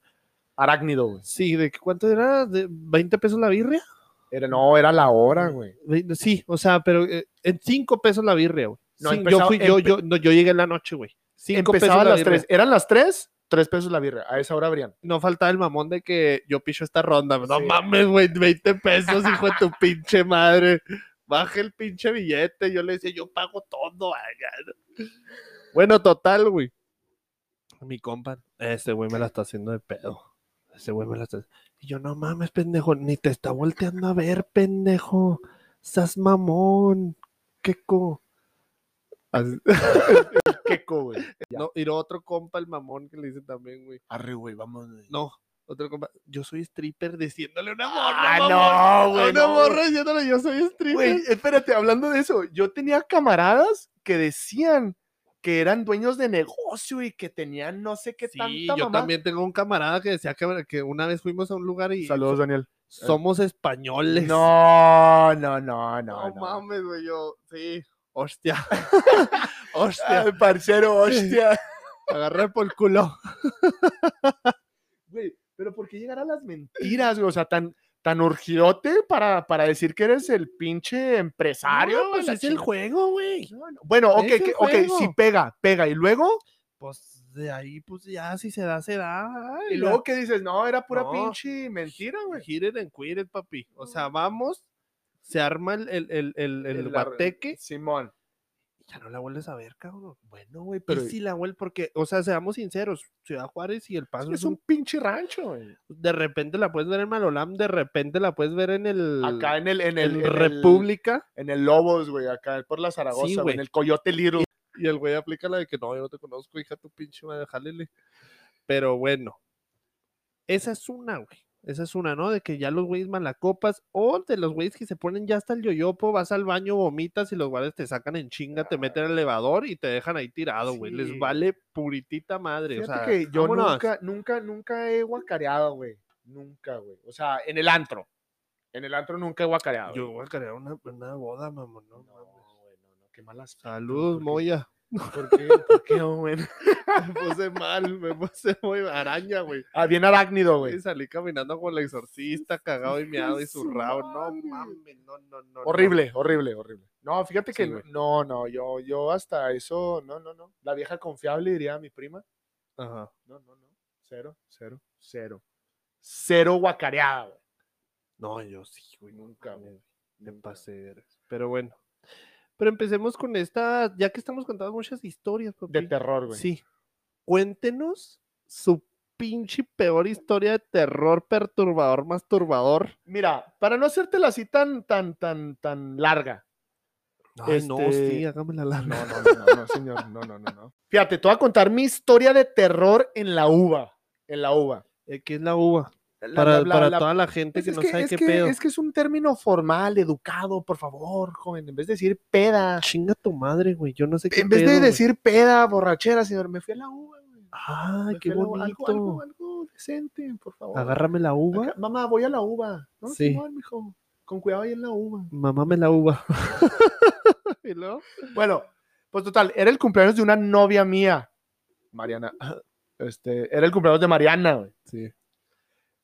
Arácnido, güey.
Sí, de que cuánto era, de 20 pesos la birria.
Era, no, era la hora, güey.
Ve- Sí, o sea, pero eh, en 5 pesos la birria, güey.
No,
Sí, yo,
empezaba-
fui, yo,
empe-
yo, no, yo llegué en la noche, güey. Cinco
Empezaba
pesos
a
la
las
birria.
tres. Eran las tres, tres pesos la birra. A esa hora abrían.
No faltaba el mamón de que yo picho esta ronda. No
Sí.
mames, güey, 20 pesos, hijo de tu pinche madre. Baja el pinche billete. Yo le decía, yo pago todo. ay, ya. Bueno, total, güey. Mi compa, ese güey me la está haciendo de pedo. Ese güey me la está Y yo, no mames, pendejo, ni te está volteando a ver, pendejo. Sas mamón. Qué co. Así-
Qué co, güey. Ya.
No, y luego otro compa, el mamón, que le dice también, güey.
Arre, güey, vamos. güey.
No, otro compa. Yo soy stripper diciéndole a una morra.
Ah,
mamón.
no,
A
güey.
una
no,
morra diciéndole yo soy stripper.
Güey, espérate, hablando de eso, yo tenía camaradas que decían que eran dueños de negocio y que tenían no sé qué
sí,
tanta
yo
mamá.
también tengo un camarada que decía que, que una vez fuimos a un lugar y
Saludos, Daniel.
so- somos españoles.
No, no, no, no.
no,
no,
mames, güey, yo, sí. Hostia. Hostia.
Ay, Ah, parcero, hostia.
Agarré por el culo.
Güey, pero ¿por qué llegar a las mentiras, güey? O sea, tan, tan urgidote para, para decir que eres el pinche empresario.
No,
güey,
pues
la
es el
chingada.
juego, güey.
No, no. Bueno, ok,
Es el
que- ok, sí
juego.
pega, pega. Y luego,
Pues de ahí, pues ya, si se da, se da.
y luego que dices, no, era pura
No.
pinche mentira, güey.
Hit it and quit it, papi. O sea, vamos, se arma el, el, el, el, el
La-
guateque,
Simón.
ya no la vuelves a ver, cabrón.
Bueno, güey,
Pero si la vuelves, porque, o sea, seamos sinceros, Ciudad Juárez y El Paso
es un pinche rancho, güey.
De repente la puedes ver en Malolam, de repente la puedes ver en el...
Acá en el, en
en
el, en el-
República.
en el Lobos, güey, acá por la Zaragoza, güey,
güey.
en el Coyote Little.
Y el güey aplica la de que no, yo no te conozco, hija tu pinche madre, jálele. Pero bueno, esa es una, güey. Esa es una, ¿no? De que ya los güeyes malacopas o de los güeyes que se ponen ya hasta el yoyopo, vas al baño, vomitas y los guardias te sacan en chinga, te meten al elevador y te dejan ahí tirado, güey. Les
Sí.
vale puritita madre.
Fíjate
o sea,
que yo
vámonos.
nunca, nunca, nunca he guacareado, güey. Nunca, güey. O sea, en el antro. En el antro nunca he guacareado.
Yo
güey.
voy a crear una, una boda, mamón. No,
No,
mames.
güey, no, no, qué malas.
Saludos, Moya.
¿Por qué? ¿Por qué, güey?
Me puse mal, me puse muy araña, güey.
Ah, bien arácnido, güey.
Y salí caminando con el exorcista, cagado y meado y
su
zurrado. No
madre.
mames, no, no, no. no.
Horrible, horrible, horrible. No, fíjate que
Sí,
no-
güey.
no, no, yo, yo hasta eso, no, no, no. La vieja confiable diría mi prima.
Ajá.
No, no, no. Cero, cero, cero. Cero guacareada, güey.
No, yo sí, güey.
Nunca, güey.
Me pasé. de veras. Pero bueno. Pero empecemos con esta, ya que estamos contando muchas historias, papi.
De terror, güey.
Sí. Cuéntenos su pinche peor historia de terror perturbador, masturbador.
Mira, para no hacértela así tan, tan, tan, tan larga.
Ay, no, sí,
Este-
hágamela la
No, no, no, no, no, señor. No, no, no, no. Fíjate, te voy a contar mi historia de terror en la uva. En la uva.
Eh, ¿Qué es la uva?
La-
Para,
la- la-
para
la-
toda la gente
Pues
que
es
no
que-
sabe
es
qué
que-
pedo.
Es que es un término formal, educado, por favor, joven. En vez de decir peda,
"Ah, Chinga tu madre, güey. Yo no sé qué
en vez
pedo,
de
güey.
decir peda, borrachera, señor, me fui a la uva. güey.
Ay,
Me
"Ah, qué
fui a la uva.
bonito.
Algo, algo, algo decente, por favor.
Agárrame la uva.
Acá, Mamá, voy a la uva. No,
Sí.
Simón, mijo. Con cuidado ahí en la uva.
Mamá me la uva. ¿Y luego?
Bueno, pues total, era el cumpleaños de una novia mía. Mariana. Este, era el cumpleaños de Mariana, güey.
Sí.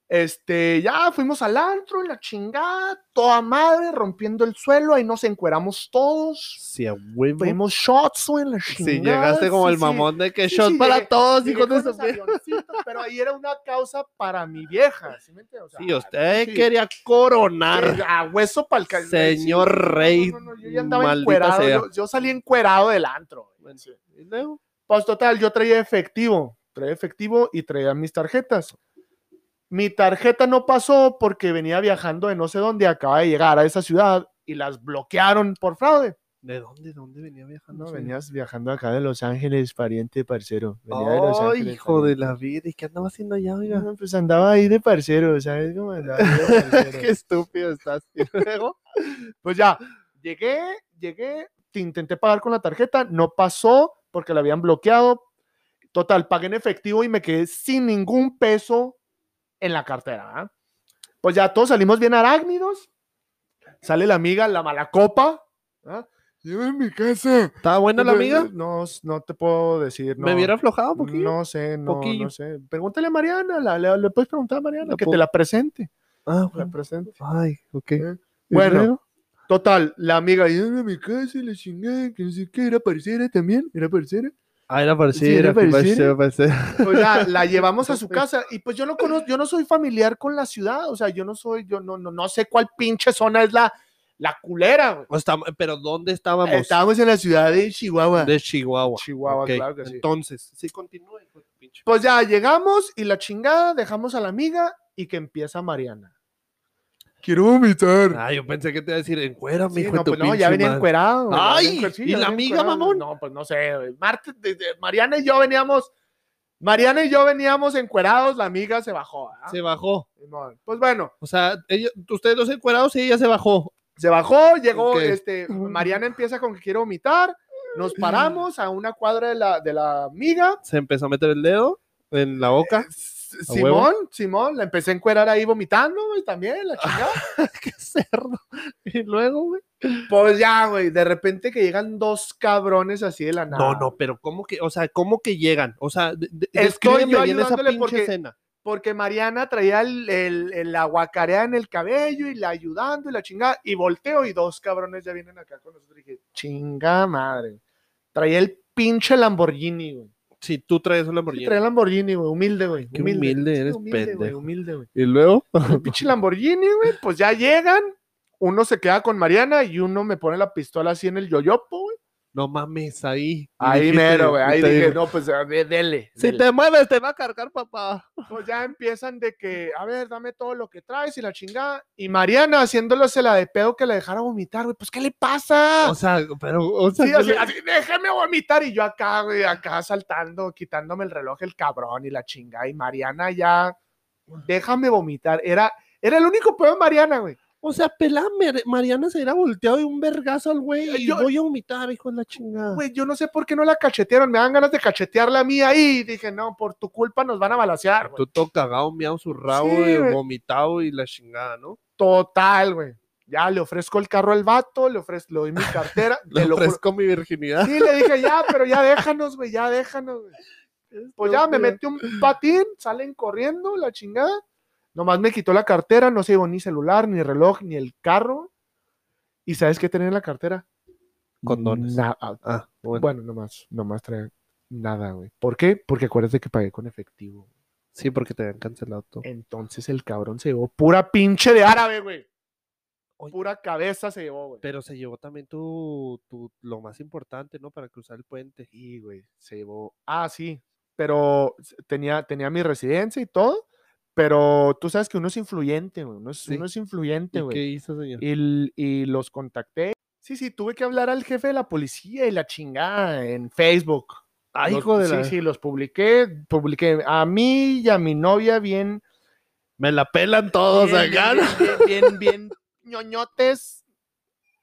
Este, ya fuimos al antro, en la chingada, toda madre, rompiendo el suelo, ahí nos encueramos todos.
Sí, a huevo.
Fuimos shots, güey, en la
Si
chingada.
llegaste como
sí,
el
sí.
mamón de que
Sí,
shot
sí,
para
llegué-
todos,
Llegué
hijos de
con
su
los avioncitos, pero ahí era una causa para mi vieja, ¿sí me entiendes? O sea,
Sí, usted
sí.
quería coronar.
Eh, A hueso pa'l cal-
Señor
Sí, no, no,
rey,
no, no, yo ya andaba
maldita
encuerado.
sea.
Yo, yo salí encuerado del antro. güey. Sí.
¿Y luego?
Pues total, yo traía efectivo. Traía efectivo y traía mis tarjetas. Mi tarjeta no pasó porque venía viajando de no sé dónde, acaba de llegar a esa ciudad y las bloquearon por fraude.
¿De dónde, dónde venía viajando?
No,
ese
venías viajando acá de Los Ángeles, pariente, parcero.
güey?
Venía de Los
Ay,
Ángeles,
hijo de
pariente.
la vida. ¿Y qué andaba haciendo allá, oiga?
No, Pues andaba ahí de parcero, ¿sabes cómo andaba? ahí de parcero.
qué estúpido estás. ¿Y luego?
Pues ya, llegué, llegué, te intenté pagar con la tarjeta, no pasó porque la habían bloqueado. Total, pagué en efectivo y me quedé sin ningún peso en la cartera. ¿ah? Pues ya todos salimos bien arácnidos. Sale la amiga, la mala copa. ¿ah? Llévame a mi casa.
¿Estaba buena la amiga?
No, no te puedo decir. No,
¿Me hubiera aflojado un poquillo?
No sé, no,
Poquillo.
no sé. Pregúntale a Mariana, la- le, le puedes preguntar a Mariana
La
que
po-
te la presente.
Ah,
La
bueno.
presente.
Ay, ok.
Eh,
¿Y
bueno,
luego?
Total, la amiga, yo era mi casa, y la chingada, que no sé qué, era parcera también, era parcera.
Ah, era parecido,
Sí, era
era parecido,
parecido.
era parecido.
O sea, la llevamos a su casa y pues yo no conozco, yo no soy familiar con la ciudad, o sea, yo no soy, yo no, no, no sé cuál pinche zona es la, la culera. güey.
O estam- Pero ¿dónde estábamos?
Estábamos en la ciudad de Chihuahua.
De Chihuahua.
Chihuahua,
Ok,
claro que sí.
Entonces, sí, continúe. hijo de pinche.
Pues ya llegamos y la chingada, dejamos a la amiga y que empieza Mariana. Quiero vomitar.
Ah, yo pensé que te iba a decir, encuérame,
Sí,
hijo de
no,
tu
pues no,
pinche
ya venía
madre".
encuerado. güey, ya
¡Ay!
venía encuer- sí,
¿Y
ya
la
venía
amiga,
encuerado.
mamón?
No, pues no sé. güey. Martes, de- de- Mariana y yo veníamos, Mariana y yo veníamos encuerados, la amiga se bajó. ¿verdad?
Se bajó.
Simón. Pues bueno,
O sea, ellos- ustedes dos encuerados y ella se bajó.
se bajó, llegó,
Ok.
este, Mariana empieza con que quiere vomitar, nos paramos a una cuadra de la, de la amiga.
Se empezó a meter el dedo en la boca.
S-
¿A huevo?
Simón, Simón, la empecé a encuerar ahí vomitando, güey, también,
Ah.
la chingada.
¡Qué cerdo! Y luego, güey.
Pues ya, güey, de repente que llegan dos cabrones así de la nada.
No, no, pero ¿cómo que, o sea, cómo que llegan? O sea, de- de-
Estoy
descríbeme
yo
bien esa
ayudándole
pinche
porque-
escena.
Porque Mariana traía el, el, el- la guacareada en el cabello y la ayudando y la chingada. Y volteo y dos cabrones ya vienen acá con nosotros. Y dije, chinga madre. Traía el pinche Lamborghini, güey.
Si tú traes un
Sí,
Lamborghini.
traía el Lamborghini, güey. Humilde, güey.
Qué humilde
Sí,
eres,
humilde, güey,
pendejo.
humilde, güey.
Y luego,
El pinche Lamborghini, güey. Pues ya llegan. Uno se queda con Mariana y uno me pone la pistola así en el yoyopo, güey.
no mames, ahí. Y
Ahí
dijiste-
mero, güey.
y
Ahí
te
dije,
dijo,
no, pues a ver, dele.
Si
dele".
te mueves, te va a cargar, papá.
pues ya empiezan de que, a ver, dame todo lo que traes y la chingada. Y Mariana haciéndose la de pedo que la dejara vomitar, güey. Pues, ¿qué le pasa?
O sea, pero, o sea,
Sí,
yo
así,
le-
así, déjame vomitar. Y yo acá, güey, acá saltando, quitándome el reloj el cabrón y la chingada. Y Mariana ya, déjame vomitar. Era, era el único pedo de Mariana, güey.
o sea, pelá, Mar- Mariana se irá volteado de un vergazo al güey y
Yo-
voy a vomitar, hijo de la chingada.
Güey, yo no sé por qué no la cachetearon. Me dan ganas de cachetearla a mí ahí. Y dije, no, por tu culpa nos van a balasear, güey.
Tú todo cagado, miau, zurrado,
Sí,
eh,
güey.
vomitado y la chingada, ¿no?
Total, güey. Ya le ofrezco el carro al vato, le ofrezco, le doy mi cartera.
Le
te lo juro-
ofrezco mi virginidad.
Sí, le dije, ya, pero ya déjanos, güey, ya déjanos, güey. Pues ya me metí un patín, salen corriendo, la chingada. Nomás me quitó la cartera, no se llevó ni celular, ni reloj, ni el carro. ¿Y sabes qué tenía en la cartera?
Condones.
Na- ah,
Ah, bueno.
bueno, nomás, nomás traía nada, güey. ¿Por qué? Porque acuérdate que pagué con efectivo.
Sí, porque te habían cancelado todo.
Entonces el cabrón se llevó pura pinche de árabe, güey.
Oye.
Pura cabeza se llevó, güey.
Pero se llevó también tu, tu, lo más importante, ¿no? Para cruzar el puente.
Y, güey, se llevó. Ah, sí. Pero s- tenía, tenía mi residencia y todo. Pero tú sabes que uno es influyente, güey. Uno es,
Sí.
uno es influyente,
¿Y qué
güey.
hizo, señor?
Y, l- y los contacté. Sí, sí, tuve que hablar al jefe de la policía y la chingada en Facebook.
Ay,
Los-
Ah, hijo de
sí,
la...
sí, los publiqué. Publiqué a mí y a mi novia bien.
Me la pelan todos
bien,
acá. ¿no?
bien, bien, bien, bien ñoñotes.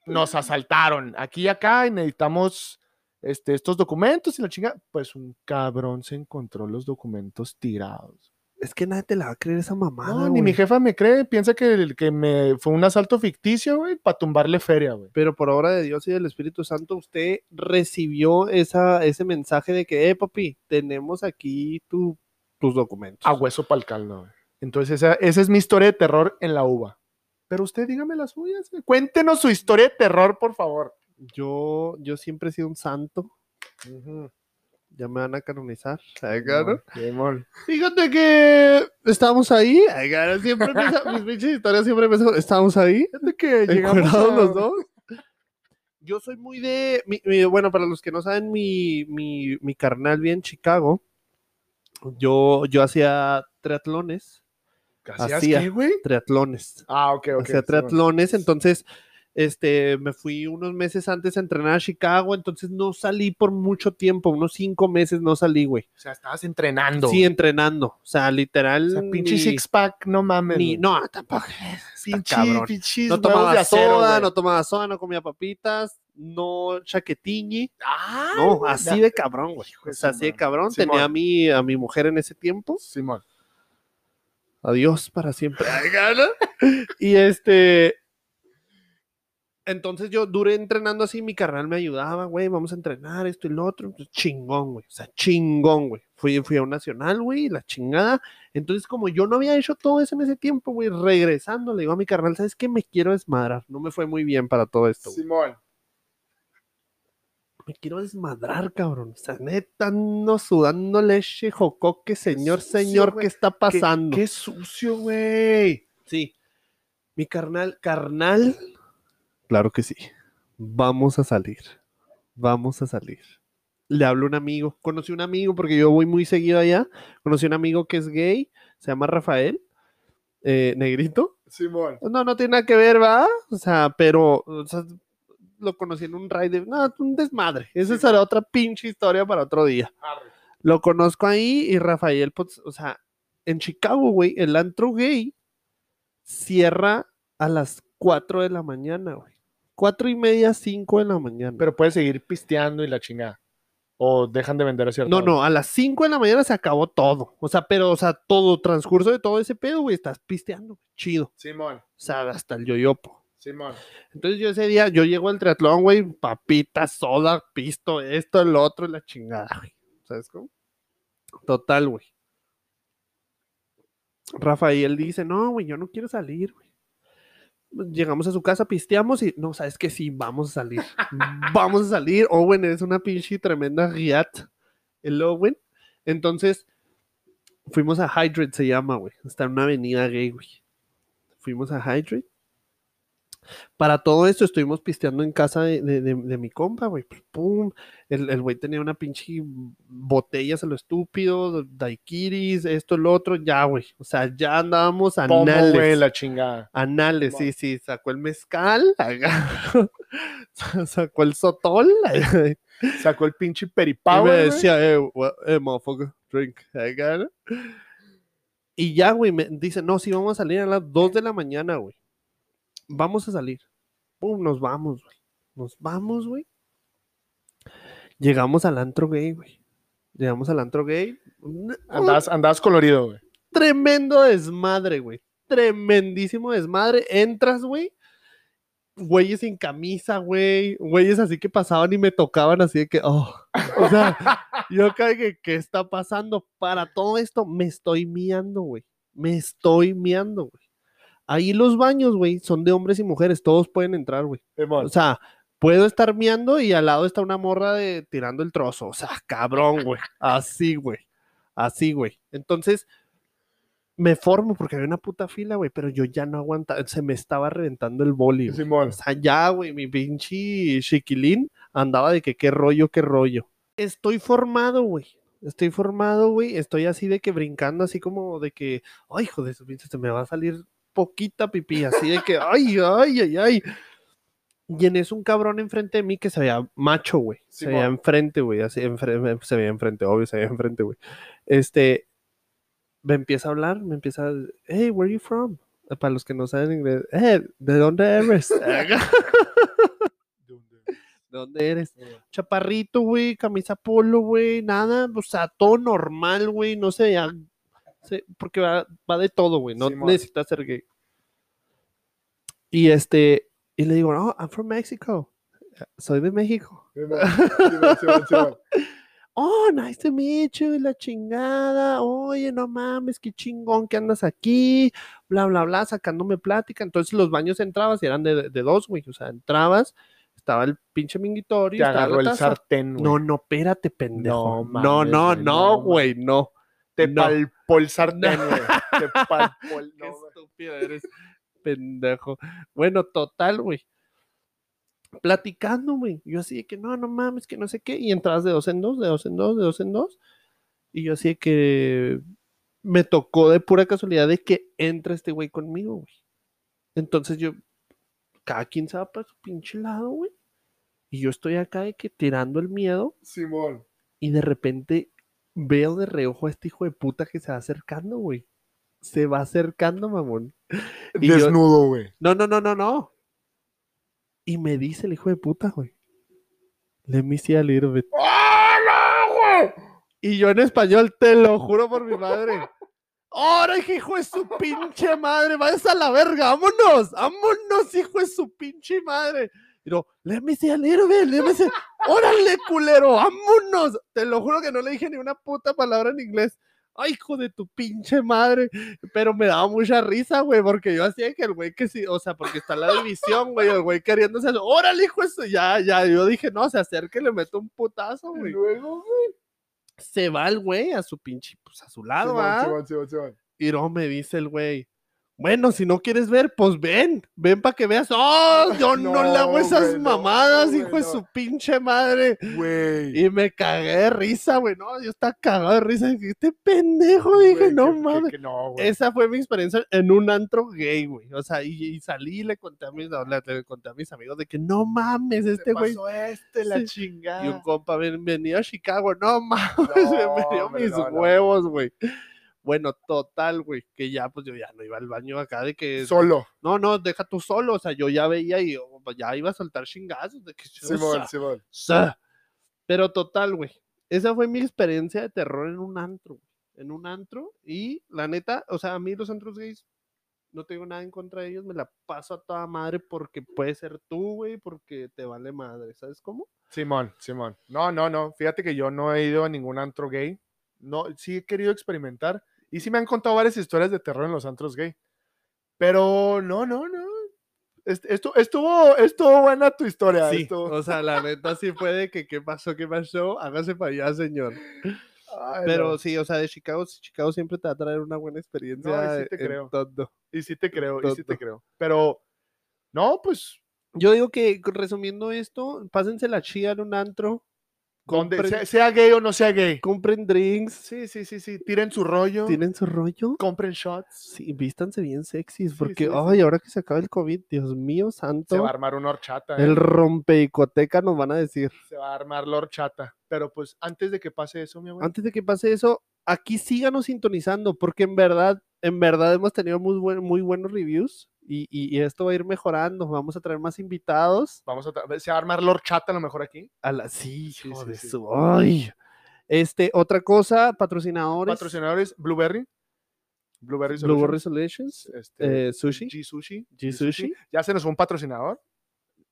Nos asaltaron aquí y acá y necesitamos este, estos documentos y la chingada. Pues un cabrón se encontró los documentos tirados.
Es que nadie te la va a creer esa mamada,
No, ni mi
güey.
jefa me cree. Piensa que, el- que me fue un asalto ficticio, güey, para tumbarle feria, güey.
Pero por obra de Dios y del Espíritu Santo, usted recibió esa, ese mensaje de que, eh, papi, tenemos aquí tu, tus documentos.
a hueso pa'l caldo. güey. Entonces, esa, esa es mi historia de terror en la uva. Pero usted dígame la suya. sí. Cuéntenos su historia de terror, por favor.
Yo, yo siempre he sido un santo. Ya me van a canonizar. Acá, ¿no?
Simón, Simón.
Fíjate que estábamos ahí. Ay, cara, Siempre empieza- mis pinches historias siempre empiezan. Estábamos ahí.
Fíjate que llegamos
encuerados
a-
los dos. Yo soy muy de. mi- mi- bueno, para los que no saben, mi, mi, mi carnal bien en Chicago. Yo, yo hacía triatlones.
¿Hacías
Hacía.
qué, güey?
Triatlones.
Ah, ok, ok.
hacía
Simón.
triatlones. Entonces, este, me fui unos meses antes a entrenar a Chicago. Entonces, no salí por mucho tiempo. Unos cinco meses no salí, güey.
O sea, estabas entrenando.
Sí, entrenando. O sea, literal.
O sea, pinche
ni-
six pack, no mames.
ni-
güey.
no, tampoco.
pinche,
cabrón.
pinches
No
huevos
tomaba
de acero,
soda,
güey.
no tomaba soda, no comía papitas, no chaquetiñi.
Ay,
No,
Ah, güey,
así
ya.
de cabrón, güey.
Hijo de
O sea,
su
así de
madre.
cabrón.
Simón.
Tenía a mi, a mi mujer en ese tiempo.
Simón.
Adiós para siempre. y este. Entonces yo duré entrenando así, mi carnal me ayudaba, güey, vamos a entrenar esto y lo otro. pues, Chingón, güey. O sea, chingón, güey. Fui, fui a un nacional, güey, y la chingada. Entonces, como yo no había hecho todo eso en ese tiempo, güey, regresando, le digo a mi carnal, ¿sabes qué? Me quiero desmadrar. No me fue muy bien para todo esto. güey".
Simón.
me quiero desmadrar, cabrón. O sea, neta, no sudando leche, jocoque, señor,
sucio,
señor,
güey.
¿qué está pasando?
Qué sucio, güey.
Sí. Mi carnal, carnal. Claro que sí. Vamos a salir. Vamos a salir. Le hablo a un amigo. Conocí un amigo porque yo voy muy seguido allá. Conocí un amigo que es gay. Se llama Rafael. eh, negrito.
Simón.
No, no tiene nada que ver, ¿va? O sea, pero o sea, lo conocí en un raid. de- No, un desmadre. Esa
Sí.
será otra pinche historia para otro día.
Arre.
Lo conozco ahí y Rafael, pues, o sea, en Chicago, güey, el antro gay cierra a las 4 de la mañana, güey. 4 y media, 5 de la mañana.
Pero puedes seguir pisteando y la chingada. O dejan de vender a cierta
no,
hora.
no, a las 5 de la mañana se acabó todo. O sea, pero, o sea, todo, transcurso de todo ese pedo, güey, estás pisteando, chido. O
Simón,
sea, hasta el yoyopo.
Simón.
Entonces yo ese día, yo llego al triatlón, güey, papitas, soda, pisto, esto, el otro, y la chingada, güey. ¿Sabes cómo? Total, güey. Rafael dice, no, güey, yo no quiero salir, güey. Llegamos a su casa, pisteamos y, no, sabes que sí, vamos a salir. vamos a salir. Owen es una pinche tremenda riat. El Owen. Entonces, fuimos a Hydrate, se llama, güey. Está en una avenida gay, güey. Fuimos a Hydrate. Para todo esto estuvimos pisteando en casa de, de- de- de mi compa, güey. Pues, Pum. El el güey tenía una pinche botellas a lo estúpido, daiquiris, esto, lo otro, ya, güey. O sea, ya andábamos
Pomo,
anales.
güey, la chingada.
Anales,
Simón.
sí, sí, sacó el mezcal, agarró, sacó el sotol, y
Sacó el pinche peripao.
me
güey.
decía, eh, wha- eh, motherfucker, drink, acá, ¿no? Y ya, güey, me dice, no, sí, vamos a salir a las 2 de la mañana, güey. Vamos a salir. Pum, nos vamos, güey. Nos vamos, güey. Llegamos al antro gay, güey. Llegamos al antro gay. mm, Un-
Andabas, andabas colorido, güey.
tremendo desmadre, güey. Tremendísimo desmadre. Entras, güey. Güeyes sin camisa, güey. Güeyes así que pasaban y me tocaban así de que, oh. O sea, yo cae que, ¿qué está pasando? Para todo esto me estoy miando, güey. Me estoy miando, güey. Ahí los baños, güey, son de hombres y mujeres. Todos pueden entrar, güey.
Simón.
O sea, puedo estar miando y al lado está una morra de tirando el trozo. O sea, cabrón, güey. Así, güey. Así, güey. Entonces, me formo porque había una puta fila, güey, pero yo ya no aguantaba. Se me estaba reventando el boli. güey.
Simón.
O sea, ya, güey, mi pinche chiquilín andaba de que qué rollo, qué rollo. Estoy formado, güey. Estoy formado, güey. Estoy así de que brincando, así como de que, ay, hijo de su pinche, se me va a salir poquita pipí, así de que, ay, ay, ay, ay. Y en eso un cabrón enfrente de mí que se veía macho, güey. Se veía
Simón.
enfrente, güey. Así, enfre- eh, se veía enfrente, obvio, se veía enfrente, güey. Este, me empieza a hablar, me empieza a, hey, where you from? Para los que no saben inglés, eh, ¿de dónde eres? ¿De dónde eres? Chaparrito, güey, camisa polo, güey, nada, o sea, todo normal, güey, no sé, ya- sé, porque va, va de todo, güey, no
Simón.
necesitas ser gay. Y este, y le digo, no, I'm from Mexico, soy de México.
Simón, Simón, Simón, Simón.
Oh, nice to meet you, y la chingada. Oye, no mames, qué chingón que andas aquí. Bla, bla, bla, sacándome plática. Entonces los baños entrabas y eran de, de dos, güey. O sea, entrabas, estaba el pinche minguitorio.
Te
estaba la
agarró el
taza.
sartén, güey.
No, no, espérate, pendejo.
No
No,
mames,
no,
güey,
no,
no
güey, no.
Te
no.
palpó el sartén, güey. Te palpó el...
Qué
no, güey.
estúpido eres, pendejo. Bueno, total, güey. Platicando, güey. Yo así de que no, no mames, que no sé qué. Y entrabas de dos en dos, de dos en dos, de dos en dos. Y yo así de que me tocó de pura casualidad de que entra este güey conmigo, güey. Entonces yo, cada quien se va para su pinche lado, güey. Y yo estoy acá de que tirando el miedo.
Simón.
Y de repente veo de reojo a este hijo de puta que se va acercando, güey. Se va acercando, mamón. Y yo-
Desnudo, güey.
No, no, no, no, no. Y me dice el hijo de puta, güey. Let me see a little bit.
¡Ah, no, güey!
Y yo en español, te lo juro por mi madre. ¡Ahora, hijo de su pinche madre! ¡Vayas a la verga! ¡Vámonos! ¡Vámonos, hijo de su pinche madre! Y yo, let me see a little bit, let me see- ¡Órale, culero! ¡Vámonos! Te lo juro que no le dije ni una puta palabra en inglés. ay, hijo de tu pinche madre. Pero me daba mucha risa, güey, porque yo hacía que el güey que sí, o sea, porque está la división, güey, el güey queriéndose, órale, hijo, eso, ya, ya, yo dije, no, se acerque, le meto un putazo,
Y
güey.
luego, güey.
Se va el güey a su pinche, pues a su lado,
se van,
¿ah?
se van, se van, se van.
Y no me dice el güey. Bueno, si no quieres ver, pues ven, ven para que veas. ¡Oh! Yo no, le hago
No,
esas
güey, no,
mamadas,
güey,
hijo de
no.
su pinche madre.
Güey.
Y me cagué de risa, güey. No, yo estaba cagado de risa. Dije, este pendejo, dije,
Güey,
no
que- que-
mames.
que no, güey.
Esa fue mi experiencia en un antro gay, güey. O sea, y, y salí y le conté, a mis, le, le conté a mis amigos de que no mames, este
Te
güey.
pasó este, la
Sí.
chingada.
Y un compa ven- venía a Chicago, no mames, me
No,
dio
hombre,
mis
no, no, no.
huevos, güey. Bueno, total, güey, que ya, pues yo ya no iba al baño acá de que,
Solo.
no, no, deja tú solo, o sea, yo ya veía y oh, ya iba a soltar chingazos, de que, o sea,
Simón, Simón.
sea. Pero total, güey. Esa fue mi experiencia de terror en un antro. güey, En un antro. Y la neta, o sea, a mí los antros gays, no tengo nada en contra de ellos. Me la paso a toda madre porque puede ser tú, güey, porque te vale madre. ¿Sabes cómo?
Simón, Simón. No, no, no. Fíjate que yo no he ido a ningún antro gay. No, sí he querido experimentar. Y sí me han contado varias historias de terror en los antros gay. Pero no, no, no. Est- Esto, estuvo, estuvo buena tu historia.
Sí,
estuvo-
o sea, la neta sí fue de que qué pasó, qué pasó, hágase para allá, señor.
Ay, no.
Pero sí, o sea, de Chicago, sí, Chicago siempre te va a traer una buena experiencia.
sí te
en
creo.
todo.
Y sí te creo, y sí te
Tonto.
creo. Pero, no, pues,
Yo digo que, resumiendo esto, pásense la chía en un antro,
donde
Compren-
sea, sea gay o no sea gay.
compren drinks,
Sí, sí, sí, sí. Tiren su rollo.
tienen su rollo.
Compren shots.
Sí, vístanse bien sexys,
Sí, sí,
porque,
sí.
ay, ahora que se acaba el COVID, Dios mío
Se
santo,
va a armar una horchata. ¿eh?
el rompeicoteca nos van a decir.
Se va a armar la horchata. Pero pues antes de que pase eso, mi amor.
Antes de que pase eso, aquí síganos sintonizando, porque en verdad, en verdad hemos tenido muy, buen- muy buenos reviews y, y- y esto va a ir mejorando. Vamos a traer más invitados.
Vamos a tra- se va a armar la horchata a lo mejor aquí.
A la, sí,
Sí,
hijo
sí,
de
sí.
su- ay. Este, otra cosa, patrocinadores.
Patrocinadores Blueberry. Blueberry
Blue
Solutions,
World Resolutions,
este,
eh, Sushi.
G Sushi.
G Sushi.
Ya se nos fue un patrocinador.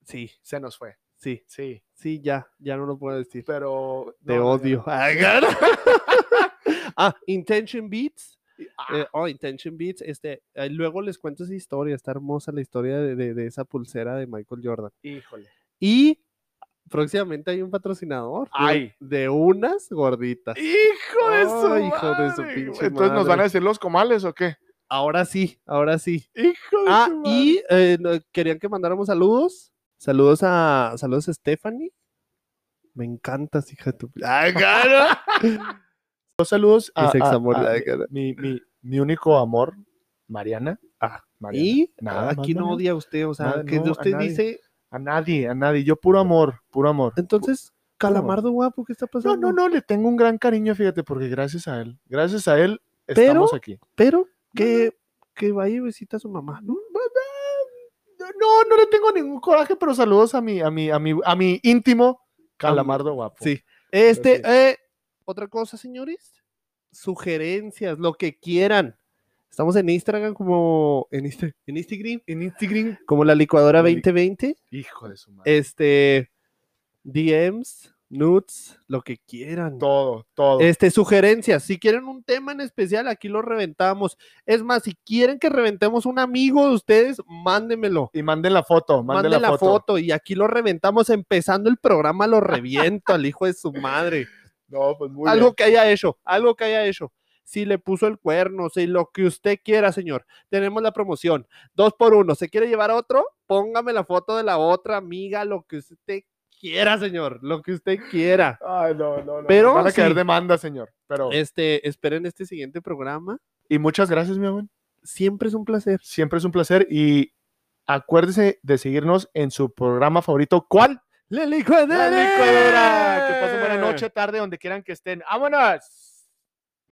Sí,
Se nos fue.
sí,
Sí.
sí, ya, ya no lo puedo decir.
Pero.
Te
no, no,
odio. Ay, cara. ah, Intention Beats.
no. Ah,
eh, oh, Intention Beats. Este, eh, luego les cuento esa historia. Está hermosa la historia de, de- de esa pulsera de Michael Jordan.
híjole.
Y próximamente hay un patrocinador de-
Ay.
De, unas gorditas.
Hijo de su.
Ay, hijo de su
madre,
pinche
güey. Entonces nos van
madre.
a decir los comales o qué?
Ahora sí, ahora sí.
Hijo de
Ah,
su madre.
y eh, no- querían que mandáramos saludos. Saludos a saludos a Stephanie. Me encantas, hija de tu. Ay, cara.
Dos saludos
Mis
a, a-
examor-
a
la
mi-
cara.
mi, mi- mi único amor, Mariana.
Ah,
Mariana.
Y
Nada más,
aquí no
nada.
odia a usted, o sea,
Nada,
que
no, a
usted
nadie.
dice,
A nadie, a nadie. Yo puro amor, puro amor.
entonces, calamardo guapo, ¿qué está
No,
pasando?
no, no, le tengo un gran cariño, fíjate, porque gracias a él, gracias a él
Pero-
estamos aquí.
Pero que, que vaya y visita a su mamá, ¿no?
No, no le tengo ningún coraje, pero saludos a mi, a mi, a mi, a mi íntimo calamardo guapo.
Sí. Este,
sí.
eh, otra cosa, señores, sugerencias, lo que quieran. Estamos en Instagram como, en, Insta- en Instagram,
En Instagram,
como la licuadora
La li-
2020,
hijo de su madre.
este, DMs, nudes, lo que quieran.
todo, todo.
Este, sugerencias. Si quieren un tema en especial, aquí lo reventamos. Es más, si quieren que reventemos un amigo de ustedes, mándenmelo.
Y manden la foto, manden,
Manden la foto. y aquí lo reventamos. Empezando el programa, lo reviento al hijo de su madre.
No, pues muy
algo
bien.
que haya hecho, algo que haya hecho. Si le puso el cuerno, si lo que usted quiera, señor. Tenemos la promoción. Dos por uno. ¿Se quiere llevar a otro? Póngame la foto de la otra amiga, lo que usted quiera, señor. Lo que usted quiera.
Ay, no, no, no.
Pero
van a caer
sí.
demanda, señor. Pero
Este, esperen este siguiente programa.
y muchas gracias, mi amor.
Siempre es un placer.
Siempre es un placer y acuérdese de seguirnos en su programa favorito. ¿Cuál?
¡La
La
licuadora!
licuadora. Que pasen buena noche, tarde, donde quieran que estén. ¡Vámonos!